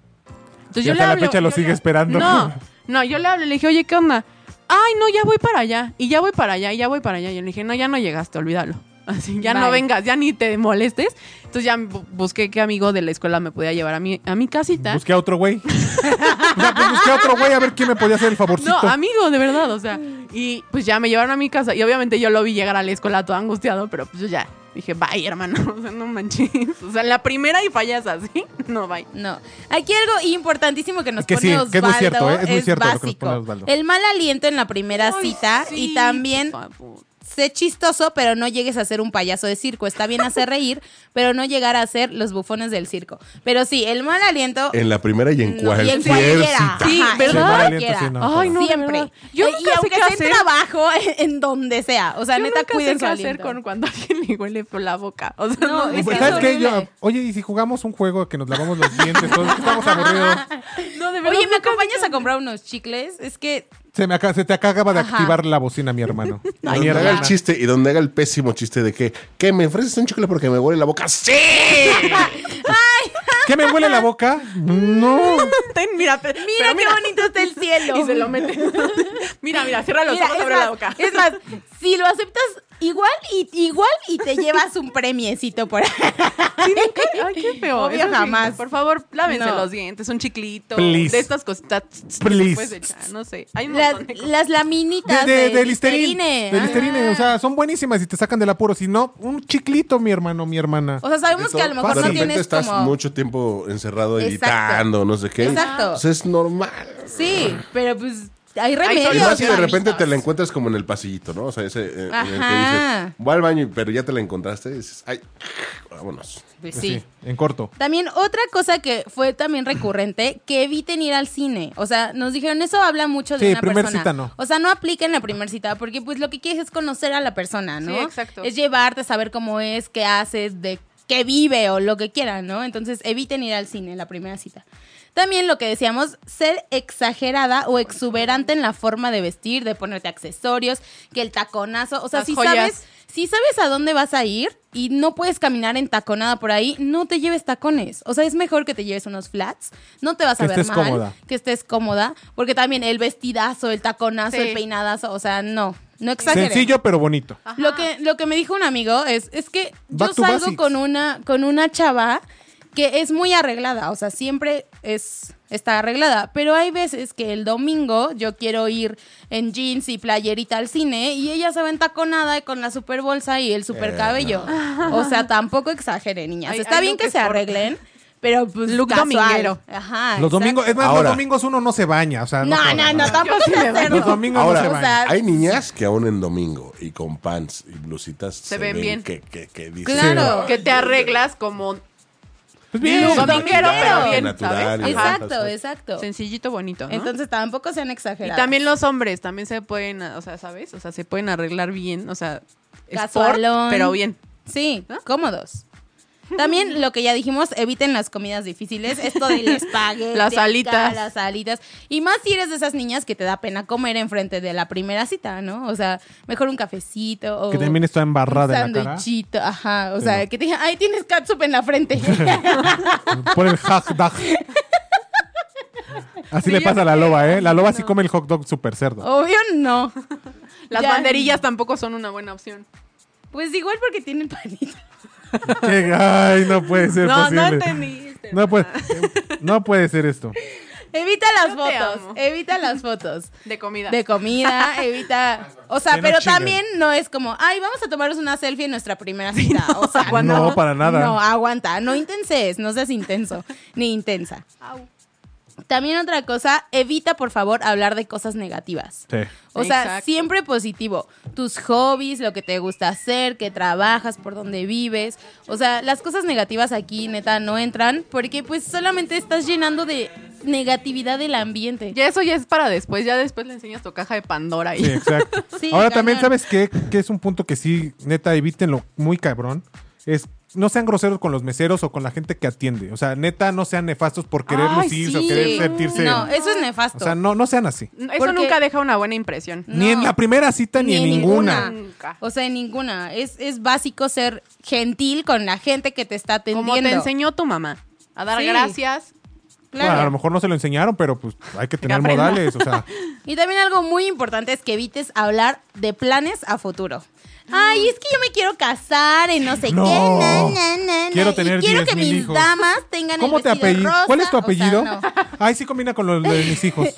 Entonces
Y hasta la fecha lo
yo
sigue
le-
esperando.
No, no, yo le hablo, le dije, oye, ¿qué onda? Ay, no, ya voy para allá, y ya voy para allá, y ya voy para allá. Y yo le dije, no, ya no llegaste, olvídalo. Así, ya no
Bye.
vengas, ya ni te molestes. Entonces ya bu- busqué qué amigo de la escuela me podía llevar a mi, a mi casita.
Busqué a otro güey. o sea, pues busqué a otro güey a ver quién me podía hacer el favorcito.
No, amigo, de verdad, o sea. Y pues ya me llevaron a mi casa. Y obviamente yo lo vi llegar a la escuela todo angustiado, pero pues yo ya dije, bye, hermano. O sea, no manches. O sea, la primera y fallas así. No, bye.
No. Aquí algo importantísimo que nos
Que
pone
sí,
Osvaldo
que es muy cierto, ¿eh? Es muy cierto lo que nos
básico.
pone Osvaldo.
El mal aliento en la primera
Ay,
cita
sí,
y también
por favor.
sé chistoso, pero no llegues a ser un payaso de circo. Está bien hacer reír, pero no llegar a ser los bufones del circo. Pero sí, el mal aliento.
En la primera y en
No,
cualquier
y en cualquiera.
cita.
Sí,
Ajá, en
¿verdad?
El mal aliento,
cualquiera.
sí, no.
Ay, no, de
Siempre.
verdad. Yo
Eh,
nunca
y
sé
aunque
qué
sea
hacer.
en trabajo, en donde sea. O sea,
Yo
neta,
nunca sé
cuiden
qué
su
hacer
aliento.
con cuando a alguien le huele por la boca. O sea,
No,
no,
es
Pues,
que
¿Sabes qué?
horrible.
Yo- oye, ¿y si jugamos un juego que nos lavamos los dientes? Todos estamos aburridos.
no, de verdad.
Oye, ¿me
nunca-
acompañas a comprar unos chicles? Es que
Se, me aca- se te acaba de
Ajá.
activar la bocina, mi hermano.
Donde
mi
haga el
hermana.
chiste y donde haga el pésimo chiste de que, ¿qué? ¿Me ofreces un chocolate porque me huele la boca? ¡Sí!
¿Qué me huele la boca? No.
Ten, mira, pe-
Mira
pero
qué bonito está el cielo.
Y se lo mete. mira, mira, cierra los
Mira,
ojos,
es
abre
más-
la boca.
Es más, si lo aceptas igual y igual y te llevas un premiecito por ahí.
Sí, nunca- ay, qué feo.
Obvio,
Eso sí,
jamás.
por favor, lávense
No.
los dientes, un chiclito.
Please.
De estas cositas.
Please.
Pues echar, no sé. Hay un
Las,
montón de cosas.
las laminitas de,
de, de Listerine.
Listerine.
De Listerine,
Ajá.
o sea, son buenísimas y te sacan del apuro. Si no, un chiclito, mi hermano, mi hermana.
O sea, sabemos que a lo mejor
de
no
repente
tienes
estás
como...
mucho tiempo encerrado
Exacto.
editando, no sé qué.
Exacto.
Pues es normal.
Sí, pero pues hay
Y
remedios.
más si de
amigos.
repente te la encuentras como en el pasillito, ¿no? O sea, ese eh, en el que
Ajá.
dices, voy al baño, pero ya te la encontraste y dices, ay, vámonos.
Pues
Sí,
sí.
en corto.
También otra cosa que fue también recurrente, que eviten ir al cine. O sea, nos dijeron, eso habla mucho de
Sí,
una
primer
persona.
cita no.
O sea, no apliquen la primera cita, porque pues lo que quieres es conocer a la persona, ¿no?
Sí, exacto.
Es llevarte, saber cómo es, qué haces, de qué vive o lo que quieran, ¿no? Entonces, eviten ir al cine en la primera cita. También lo que decíamos, ser exagerada o exuberante en la forma de vestir, de ponerte accesorios, que el taconazo, o sea,
Las
si
joyas.
sabes si sabes a dónde vas a ir y no puedes caminar en taconada por ahí, no te lleves tacones. O sea, es mejor que te lleves unos flats. No te vas a
Que
ver
estés
mal.
cómoda.
Que estés cómoda. Porque también el vestidazo, el taconazo,
Sí.
el peinadazo, o sea, no. No exageren.
Sencillo pero bonito.
Lo que, lo que me dijo un amigo es, es que
Back
yo
to
salgo
basics.
con una, con una chava que es muy arreglada, o sea, siempre es, está arreglada, pero hay veces que el domingo yo quiero ir en jeans y playerita al cine y ella se va entaconada y con la super bolsa y el super cabello.
Eh,
O sea, tampoco exageren, niñas.
Ay,
está
ay,
bien
no,
que
qué
se
forma.
arreglen, pero pues
Look
casual.
dominguero.
Ajá.
Los
exacto.
domingos, es más,
Ahora.
los domingos uno no se baña, o sea, no.
Ah, No,
jodas.
no, no, tampoco
sí
es
me baño.
hacerlo.
Los domingos
Ahora,
no se
O
bañan.
sea,
Hay niñas que aún en domingo y con pants y blusitas se,
ven bien.
Que, que, que dicen,
Claro.
Que te arreglas como
Pues bien.
Domingo. Dominguero,
natural,
pero bien,
natural,
¿sabes?
y bajas,
Exacto,
¿sabes?
exacto.
sencillito bonito, ¿no?
Entonces tampoco sean
y
exagerados.
también los hombres también se pueden, o sea, ¿sabes? O sea, se pueden arreglar bien, o sea, sport,
Casualón.
pero bien.
Sí, cómodos. También lo que ya dijimos, eviten las comidas difíciles, esto del espagueti,
Las
acá,
alitas.
las alitas. Y más si eres de esas niñas que te da pena comer enfrente de la primera cita, ¿no? O sea, mejor un cafecito o
Que también está
un
embarrada en la cara.
sandwichito, ajá, o sea, que te digan, "Ay, tienes catsup en la frente."
Por el hot dog. Así
Sí,
le
yo
pasa a la
creo que-
loba, ¿eh? La loba sí
no.
come el hot dog super cerdo.
Obvio no.
Las
Ya.
banderillas tampoco son una buena opción.
Pues igual porque tienen panita.
Qué- Ay, no puede ser
Oh. No,
posible.
no entendiste.
No pues. puede, no puede ser esto.
Evita las
Yo te amo.
fotos, evita las fotos.
De comida.
de comida, evita. O sea,
Que no
pero
chinguen.
también no es como, ay, vamos a tomarnos una selfie en nuestra primera cita. o sea,
aguanta. No, para nada.
No, aguanta. No intenses, no seas intenso, ni intensa.
Au.
También otra cosa, evita por favor hablar de cosas negativas.
Sí.
O sea,
Exacto.
siempre positivo. Tus hobbies, lo que te gusta hacer, que trabajas, por donde vives. O sea, las cosas negativas aquí, neta, no entran porque pues solamente estás llenando de negatividad el ambiente.
Ya eso ya es para después, ya después le enseñas tu caja de Pandora y
Sí, exacto.
Sí,
Ahora
cañón.
también, ¿sabes qué? Que es un punto que sí, neta, evítenlo muy cabrón. Es no sean groseros con los meseros o con la gente que atiende. O sea, neta, no sean nefastos por querer
Ay,
lucirse
sí.
o
Sí.
querer sentirse.
No, eso es
o
nefasto.
sea, no, no sean así.
Eso
Porque-
nunca deja una buena impresión.
Ni en la primera cita ni, en ninguna.
Nunca.
O sea, en ninguna. Es, es básico ser gentil con la gente que te está atendiendo.
Como te enseñó tu mamá. A dar
Sí.
gracias.
Claro.
Bueno, a lo mejor no se lo enseñaron, pero pues hay que tener
aprenda.
modales. O sea,
Y también algo muy importante es que evites hablar de planes a futuro. Ay, es que yo me quiero casar y no sé
No.
qué. na, na, na, na,
Quiero
y
tener
quiero que
10,000
mis
hijos.
damas tengan
¿cómo
el
te
vestido
apellidas?
rosa.
¿Cuál es tu
O sea,
apellido?
no.
Ay, sí combina con lo de mis hijos.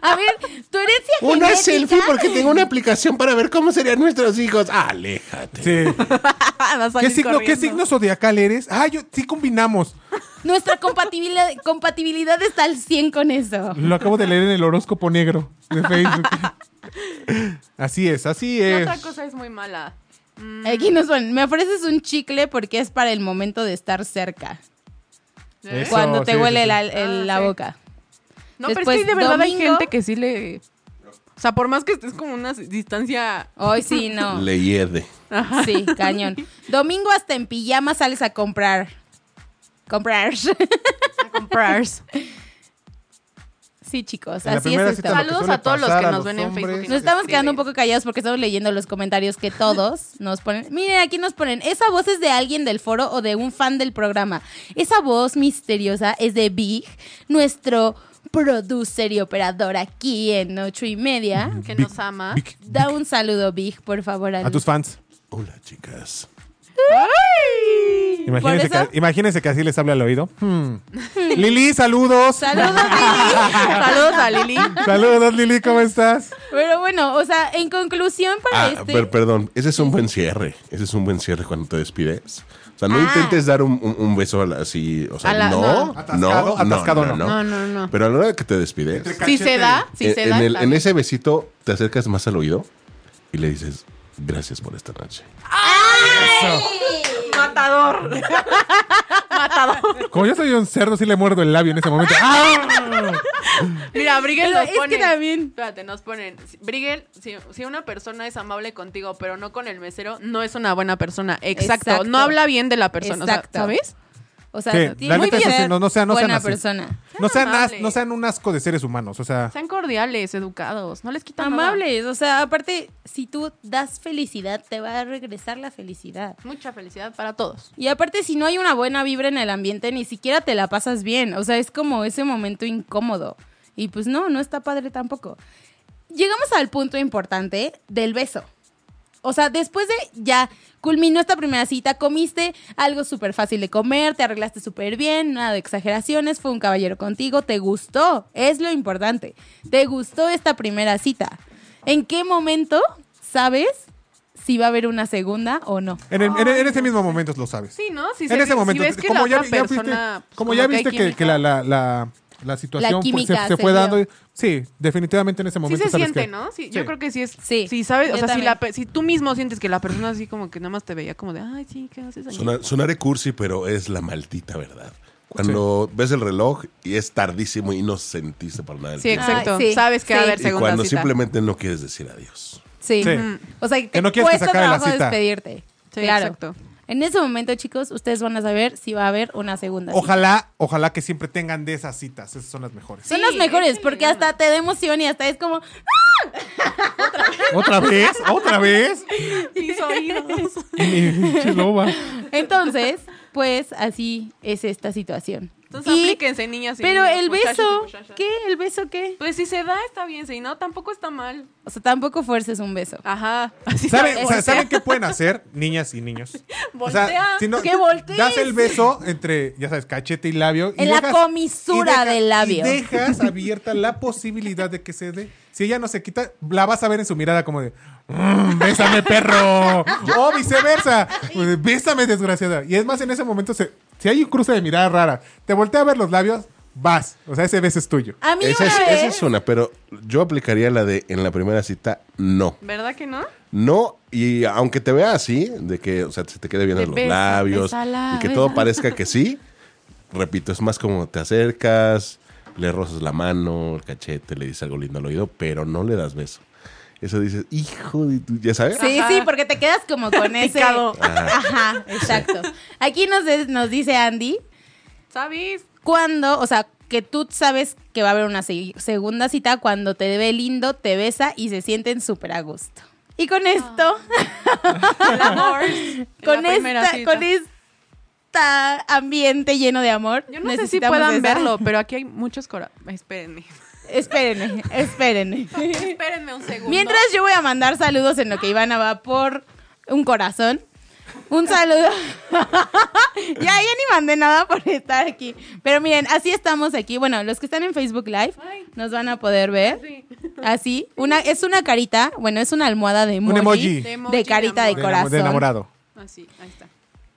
A ver, tu herencia
Una
genética-
selfie porque tengo una aplicación para ver cómo serían nuestros hijos. Aléjate.
Sí.
Va a
¿Qué
salir
signo, ¿Qué
corriendo.
signo zodiacal eres? Ah, yo, sí combinamos.
Nuestra compatibilidad, compatibilidad está al 100 con eso.
Lo acabo de leer en el horóscopo negro de Facebook. así es, así
¿Qué
es.
otra cosa es muy mala?
Aquí nos ponen, me ofreces un chicle porque es para el momento de estar cerca.
Eso,
cuando te
Oh, sí,
huele
sí, sí.
la, el- la
Ah, sí.
boca.
¿Eh? No, pero
Después,
es que de verdad hay
domingo.
gente que sí le. O sea, por más que estés como una distancia.
Hoy sí, no.
Le hiede.
Sí, cañón. Domingo hasta en pijama sales a comprar. Comprar.
a comprar.
Sí, chicos,
En la
así
primera
es esto.
cita lo
Saludos
suele
a todos los que
pasar a
nos ven en
hombres
Facebook y
Nos estamos
escriben.
quedando un poco callados porque estamos leyendo los comentarios que todos nos ponen. Miren, aquí nos ponen, esa voz es de alguien del foro o de un fan del programa. Esa voz misteriosa es de Big, nuestro producer y operador aquí en ocho y media.
Que
Vic-
nos ama.
Vic,
Da un saludo, Big, por favor. al-
a tus fans.
Hola, chicas.
Imagínense
¿Por eso?
que, imagínense que así les habla al oído. Hmm. Lili, saludos.
Saludos, Lili.
Saludos a Lili.
saludos, Lili, ¿cómo estás?
Pero bueno, o sea, en conclusión para
Ah,
este.
per- perdón, ese es un buen cierre. Ese es un buen cierre cuando te despides. O sea, no
Ah.
intentes dar un, un- un beso a la- así, o
A
sea,
la-
no,
no.
Atascado,
no,
atascado
no, no,
No,
no.
no, no.
Pero a la hora de que te despides,
Si se da, si
en,
se
en
da.
el-
está
en
bien.
ese besito te acercas más al oído y le dices, gracias por esta noche.
Matador. Matador.
Como yo soy un cerdo, sí le muerdo el labio en ese momento. ¡Ah!
Mira, Brigel
Pero
nos
es que
pone.
también-
Espérate, nos ponen. si- Brigel, si, si una persona es amable contigo, pero no con el mesero, no es una buena persona. Exacto.
Exacto.
No habla bien de la persona. o sea,
Exacto.
¿Sabes?
O sea,
Sí,
tiene
la
muy
neta es
bien
que no, no sean, no sean
buena
así.
persona.
No sean, as-
amables.
no sean un asco de seres humanos, o sea.
Sean cordiales, educados. No les quitan nada.
Amables, o sea, aparte, si tú das felicidad, te va a regresar la felicidad.
Mucha felicidad para todos.
Y aparte, si no hay una buena vibra en el ambiente, ni siquiera te la pasas bien. O sea, es como ese momento incómodo. Y pues no, no está padre tampoco. Llegamos al punto importante del beso. O sea, después de ya culminó esta primera cita, comiste algo súper fácil de comer, te arreglaste súper bien, nada de exageraciones, fue un caballero contigo, te gustó, es lo importante. Te gustó esta primera cita. ¿En qué momento sabes si va a haber una segunda o no?
En, el- en- en ese mismo momento lo sabes.
Sí, ¿no? Si
en
se-
ese
si
momento,
ves que
como,
la
ya,
otra
ya viste-
persona-
como ya
como que hay
viste que, que
química.
la, la, la, la situación pues,
química
se, se
se
fue
dio.
dando. y- sí, definitivamente en
Sí
ese momento
se
sabes
siente,
que-
¿no? Sí,
Sí.
Yo creo que sí es.
Sí,
Sí, sabes,
yo
o sea, si,
también.
la pe- si tú mismo sientes que la persona así como que nada más te veía como de, ay, sí, ¿qué haces aquí?
Sonar- sonaré cursi, pero es la maldita verdad. Cuando ves el reloj y es tardísimo y no sentiste para nada. el
Sí,
tiempo.
exacto.
Ay, sí,
sabes que va a
sí.
haber
Y
segunda
cuando
cita.
simplemente no quieres decir adiós.
Sí.
Sí.
O sea, que, te
no quieres que
cuesta
se acabe la
trabajo
cita.
despedirte.
Sí,
claro.
exacto.
En ese momento, chicos, ustedes van a saber si va a haber una segunda. cita.
Ojalá, ojalá que siempre tengan de esas citas. Esas son las mejores.
Son
Sí,
las mejores
échenle
porque hasta te da emoción y hasta es como,
¿Otra vez? ¿Otra vez?
Mis oídos.
Pinche loba.
Entonces, pues así es esta situación.
Entonces
Y-
aplíquense, niñas. y
pero el
muchachos y
beso,
muchachas.
¿qué? ¿El beso qué?
Pues si se da, está bien. Si no, tampoco está mal.
O sea, tampoco fuerces un beso.
Ajá. Así
¿Saben, o sea,
voltea.
¿saben qué pueden hacer, niñas y niños? O sea,
Voltea.
si no-
¡Que voltees!
Das el beso entre, ya sabes, cachete y labio. y
En la comisura del labio.
Y dejas abierta la posibilidad de que se dé. Si ella no se quita, la vas a ver en su mirada como de, "Mm, bésame, perro. o viceversa. Bésame, desgraciada. Y es más, en ese momento, se- si hay un cruce de miradas rara, te voltea a ver los labios, vas. O sea, ese beso es tuyo.
A mí
Esa
una
es,
vez,
esa es una, pero yo aplicaría la de en la primera cita, no.
¿Verdad que no?
No, y aunque te vea así, de que, o sea, se te quede bien
Te
en los
besa,
labios
bésala,
y que todo
bésala.
parezca que sí, repito, es más como te acercas, le rozas la mano, el cachete, le dices algo lindo al oído, pero no le das beso. Eso dices, hijo de tu, ya sabes.
sí,
Ajá.
sí, porque te quedas como con ese.
Picado.
Ajá, exacto. Aquí nos, des- nos dice Andy,
¿Sabes?
cuando, o sea, que tú sabes que va a haber una se- segunda cita cuando te ve lindo, te besa y se sienten súper a gusto. Y
Ah.
con esto,
El amor. en
con,
la primera
esta,
cita.
con este ambiente lleno de amor.
Yo no sé si
necesitamos
puedan
esa-
verlo, pero aquí hay muchos cora... Espérenme.
Espérenme, espérenme.
Espérenme un segundo.
Mientras yo voy a mandar saludos en lo que Ivana va por un corazón. Un saludo. ya, ya ni mandé nada por estar aquí. Pero miren, así estamos aquí. Bueno, los que están en Facebook Live
Ay.
nos van a poder ver.
Sí.
Así. Una, es una carita, bueno, es una almohada de emoji.
emoji.
De
De,
emoji de
carita de,
amor.
De enamo-
corazón.
de enamorado.
Así, Ah, ahí está.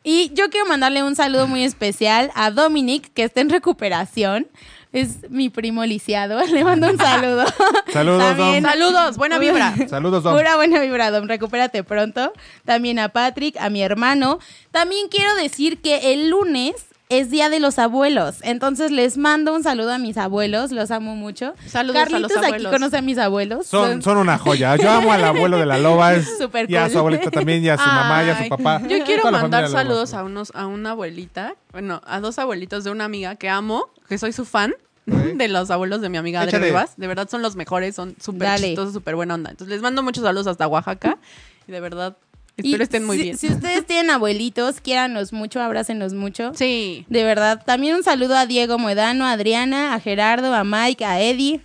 Y yo quiero mandarle un saludo muy especial a Dominic, que está en recuperación. Es mi primo lisiado. Le mando un saludo.
Saludos, Dom.
También-
Saludos, buena vibra.
Saludos, Dom.
Pura buena vibra, Dom. Recupérate pronto. También a Patrick, a mi hermano. También quiero decir que el lunes es Día de los Abuelos. Entonces les mando un saludo a mis abuelos. Los amo mucho.
Saludos a los
Carlitos aquí
abuelos.
conoce a mis abuelos.
Son, son una joya. Yo amo al abuelo de la loba. Es,
Súper
y a
cool.
su abuelita también, y a su mamá, y a
Ay,
su papá.
Yo quiero
Toda la familia
mandar
de la loba.
saludos a unos a una abuelita, bueno, a dos abuelitos de una amiga que amo, que soy su fan. De los abuelos de mi amiga Adri
Échale.
Rivas. De verdad son los mejores, son súper
Dale.
chistosos, súper buena onda. Entonces les mando muchos saludos hasta Oaxaca. Y de verdad,
Y
espero estén muy
si,
bien.
Si ustedes tienen abuelitos, quiéranos mucho, abrácenos mucho.
Sí.
De verdad. También un saludo a Diego Moedano, a Adriana, a Gerardo, a Mike, a Eddie,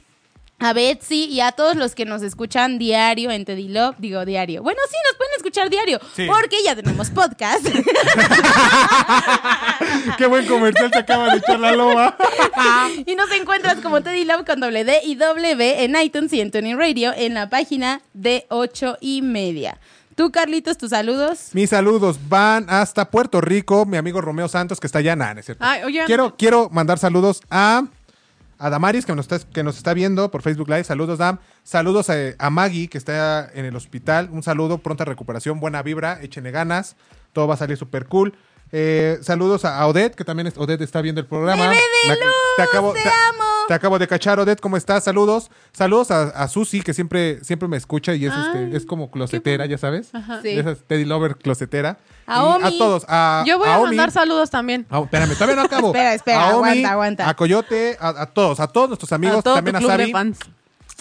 a Betsy y a todos los que nos escuchan diario en Teddy Love. Digo diario. Bueno, sí, nos pueden escuchar diario.
Sí.
Porque ya tenemos podcast.
Qué buen comercial te acaba de echar la loba.
y nos encuentras como Teddy Love con doble D y doble B en iTunes y en Tuning Radio en la página de 8 y media. Tú, Carlitos, tus saludos.
Mis saludos van hasta Puerto Rico. Mi amigo Romeo Santos, que está allá. Nah, no es cierto.
Ay, oigan.
eh,
Quiero, quiero mandar saludos a, a Damaris, que nos, está, que nos está viendo por Facebook Live. Saludos, Dam. Saludos a, a Maggie, que está en el hospital. Un saludo, pronta recuperación, buena vibra, échenle ganas. Todo va a salir súper cool. Eh, saludos a a Odette, que también es- Odette está viendo el programa.
¡Bebé de
Me ac-
luz! ¡Te amo!
Te acabo de cachar, Odette, ¿cómo estás? Saludos. Saludos a, a Susi, que siempre, siempre me escucha y es, este, es como closetera, ya sabes.
Sí.
De esas Teddy Lover closetera. Y
A Omi.
a todos. A,
Yo voy
a
a
Omi.
mandar saludos también.
Ah, espérame, todavía no acabo.
Espera, espera,
A Omi,
aguanta, aguanta.
A Coyote, a, a todos, a todos nuestros amigos,
a todo tu
también a
club de
Sabi.
fans.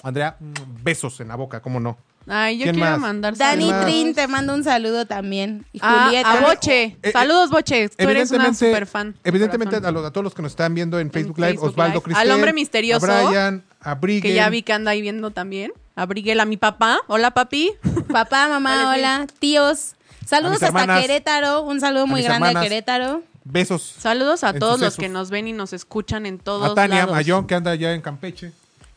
Andrea, mm, besos en la boca, cómo no.
Ay, yo
¿Quién
quiero
más?
mandar
Dani
saludos.
Trin te mando un saludo también. Y
Ah,
Julieta.
a Boche.
eh,
saludos, Boche. Tú eres una super fan.
Evidentemente, a, los- a todos los que nos están viendo en Facebook Live,
Facebook
Osvaldo
Live.
Cristel.
Al hombre misterioso,
A Brian, a Brigham.
que ya vi que anda ahí viendo también. Abriguel a mi papá. Hola, papi.
Papá, mamá,
Vale,
hola, tíos. Saludos
mis
hasta
hermanas.
Querétaro. Un saludo muy
mis
grande a
hermanas.
Querétaro.
Besos.
Saludos a
En
todos los
sucesos.
que nos ven y nos escuchan en todos
A Tania,
lados.
a John, que anda allá en Campeche.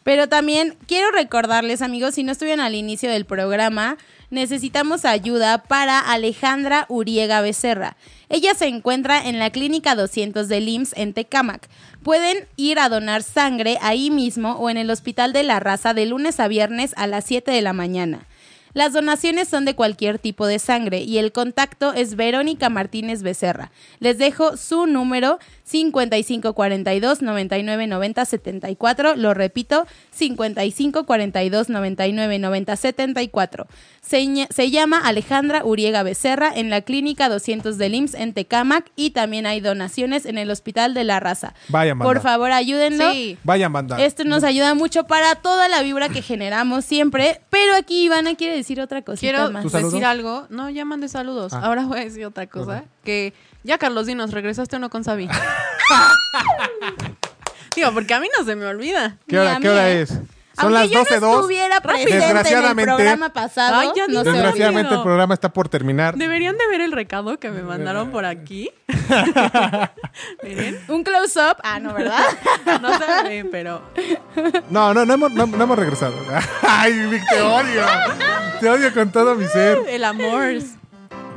Pero también quiero recordarles, amigos, si no estuvieron al inicio del programa, necesitamos ayuda para Alejandra Uriega Becerra. Ella se encuentra en la Clínica 200 del IMSS en Tecámac. Pueden ir a donar sangre ahí mismo o en el Hospital de la Raza de lunes a viernes a las 7 de la mañana. Las donaciones son de cualquier tipo de sangre y el contacto es Verónica Martínez Becerra. Les dejo su número 5542 99 90 74. Lo repito, 5542 99 90 74. Se, ña- se llama Alejandra Uriega Becerra en la Clínica 200 del IMSS en Tecámac y también hay donaciones en el Hospital de la Raza.
Vaya, manda.
Por favor, ayúdenlo.
Sí.
Vayan, banda.
Este
Esto nos ayuda mucho para toda la vibra que generamos siempre. Pero aquí Ivana quiere decir otra cosita
Quiero
más.
¿Tu saludo?
decir algo. No, ya mandé saludos.
Ah.
Ahora voy a decir otra cosa. Que ya, Carlos, dinos, ¿regresaste o no con Sabi? Digo, porque a mí no se me olvida.
¿Qué hora,
Mira,
qué hora
mira.
es? Son
Aunque
las
yo
12.02.
no estuviera presente
Desgraciadamente,
en el programa pasado,
Ay, ya
no
dije.
se olvida.
desgraciadamente
olvidó.
el programa está por terminar.
Deberían de ver el recado que me mandaron por aquí. Miren.
Un close-up. Ah, no, ¿verdad?
No se ve, pero
No, no, no hemos, no, no hemos regresado. Ay, Vic, te odio. Te odio con todo mi ser.
el amor.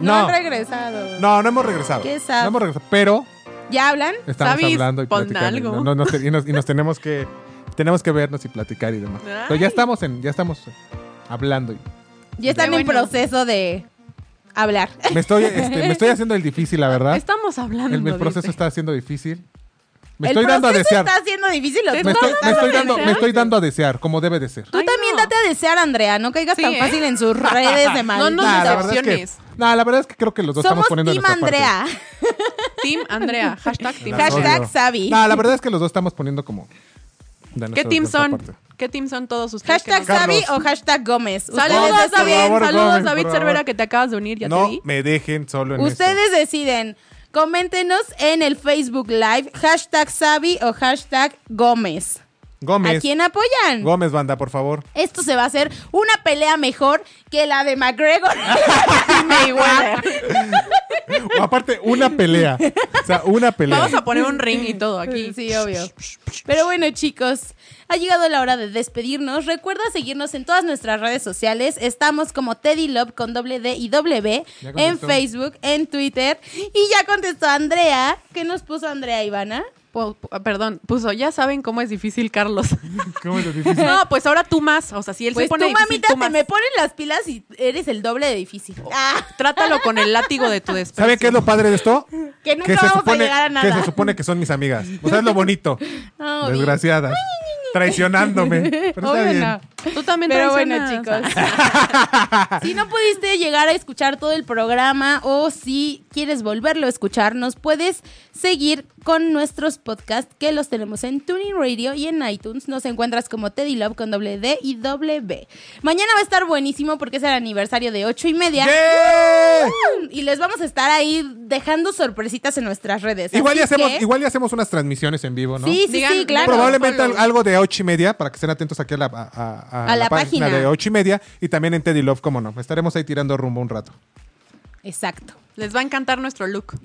No,
No,
han regresado.
no, no hemos regresado.
Qué sad.
No hemos regresado, pero
¿Ya hablan?
estamos
Sabis,
hablando y
pon
platicando.
algo.
No, no, nos te- y, nos, y nos tenemos que tenemos que vernos y platicar y demás. Pero ya
Ay.
estamos en ya estamos hablando. y-
Ya están
Qué
en
bueno.
proceso de hablar.
Me estoy este, me estoy haciendo el difícil, la verdad.
Estamos hablando.
El, el proceso
dice.
está haciendo difícil. Me
el
estoy dando a
proceso
desear.
está haciendo difícil. lo-
Te
Me estoy, me
dando
estoy
a
dando, me
desear.
estoy dando a desear, como debe de ser.
Tú
Ay,
también
no.
date a desear, Andrea. No caigas
Sí,
tan
¿eh?
fácil en sus redes de
No, no,
maldita.
no, no.
Nah, la verdad es que,
opciones.
nah, la verdad es que creo que los dos
Somos
estamos poniendo de
Team
nuestra parte.
Andrea.
Team Andrea. Hashtag Team
Las
Andrea.
Hashtag
odio.
Sabi.
No, la verdad es que los dos estamos poniendo como. de
¿Qué
nuestra-
team
de nuestra
son?
parte.
¿Qué team son todos ustedes? que
Hashtag
nos-
Sabi
Carlos.
o hashtag Gómez.
Saludos,
Ustedes
David.
deciden.
favor,
Saludos,
Gómez,
David
por
Cervera,
favor.
que te acabas de unir. Ya
No
te vi.
me dejen solo en
Ustedes deciden. Coméntenos en el Facebook Live hashtag Sabi o hashtag Gómez.
esto. Gómez.
¿A quién apoyan?
Gómez, banda, por favor.
Esto se va a hacer una pelea mejor que la de McGregor.
O aparte, una pelea. O sea, una pelea.
Vamos a poner un ring y todo aquí.
Sí, obvio. Pero bueno, chicos, ha llegado la hora de despedirnos. Recuerda seguirnos en todas nuestras redes sociales. Estamos como Teddy Love con doble D y doble B
Ya contestó.
en Facebook, en Twitter. Y ya contestó Andrea. ¿Qué nos puso Andrea Ivana?
Po- po- Perdón, puso, ya saben cómo es difícil, Carlos.
¿Cómo es lo difícil?
No, pues ahora tú más. O sea, si él
Pues
se pone
tú,
difícil,
mamita,
tú
te
más.
me ponen las pilas y eres el doble de difícil.
Oh.
Ah,
Trátalo con el látigo de tu desprecio.
¿Saben qué es lo padre de esto?
Que nunca vamos a llegar a nada.
Que se supone que son mis amigas. O sea, es lo bonito.
No,
Desgraciadas. Traicionándome. Pero está
Obvio
bien.
no.
Tú también
Pero bueno,
traicionas.
chicos. si no pudiste llegar a escuchar todo el programa o si quieres volverlo a escuchar, nos puedes seguir con nuestros podcasts que los tenemos en Tuning Radio y en iTunes. Nos encuentras como Teddy Love con doble D y doble B. Mañana va a estar buenísimo porque es el aniversario de ocho y media.
¡Yeah!
Y les vamos a estar ahí dejando sorpresitas en nuestras redes.
Igual
Así
ya, hacemos,
que-
igual ya hacemos unas transmisiones en vivo, ¿no?
Sí, sí,
Digan-
sí, claro.
Probablemente
follow.
al- algo de ocho y media, para que estén atentos aquí a la, a- a- a
A la página.
de ocho y media y también en Teddy Love, como no. Estaremos ahí tirando rumbo un rato.
Exacto.
Les va a encantar nuestro look.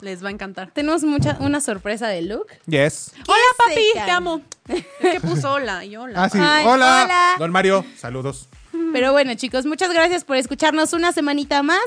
Les va a encantar.
Tenemos mucha, una sorpresa de look.
Yes.
Hola, papi,
seca.
te amo. Es que puso hola y hola.
Ah, sí.
Ay,
hola.
hola.
Don Mario, saludos.
Pero bueno, chicos, muchas gracias por escucharnos una semanita más.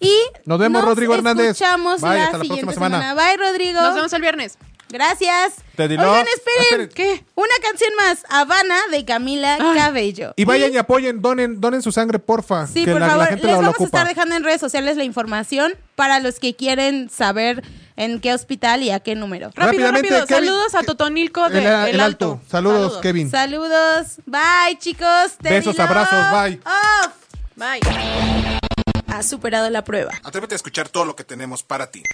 Y
Nos vemos, Rodrigo Hernández.
escuchamos
Bye,
la,
hasta la próxima
siguiente
semana.
semana. Bye, Rodrigo.
Nos vemos el viernes.
Gracias.
Te di
Oigan,
love.
esperen.
Esperen.
¿Qué?
Una canción más, Habana de Camila Cabello.
Y vayan y apoyen, donen, donen su sangre, porfa.
Sí,
que
por
la, la
favor,
gente
les
la, la
vamos a
ocupa.
estar dejando en redes sociales la información para los que quieren saber en qué hospital y a qué número.
Rápido,
Rápidamente,
rápido.
Kevin-
Saludos a Totonilco de
El,
El,
el
Alto.
alto. Saludos, Kevin.
Saludos. Bye, chicos. Te di
Besos,
love.
abrazos, bye.
Off.
Bye.
Ha superado la prueba.
Atrévete a escuchar todo lo que tenemos para ti.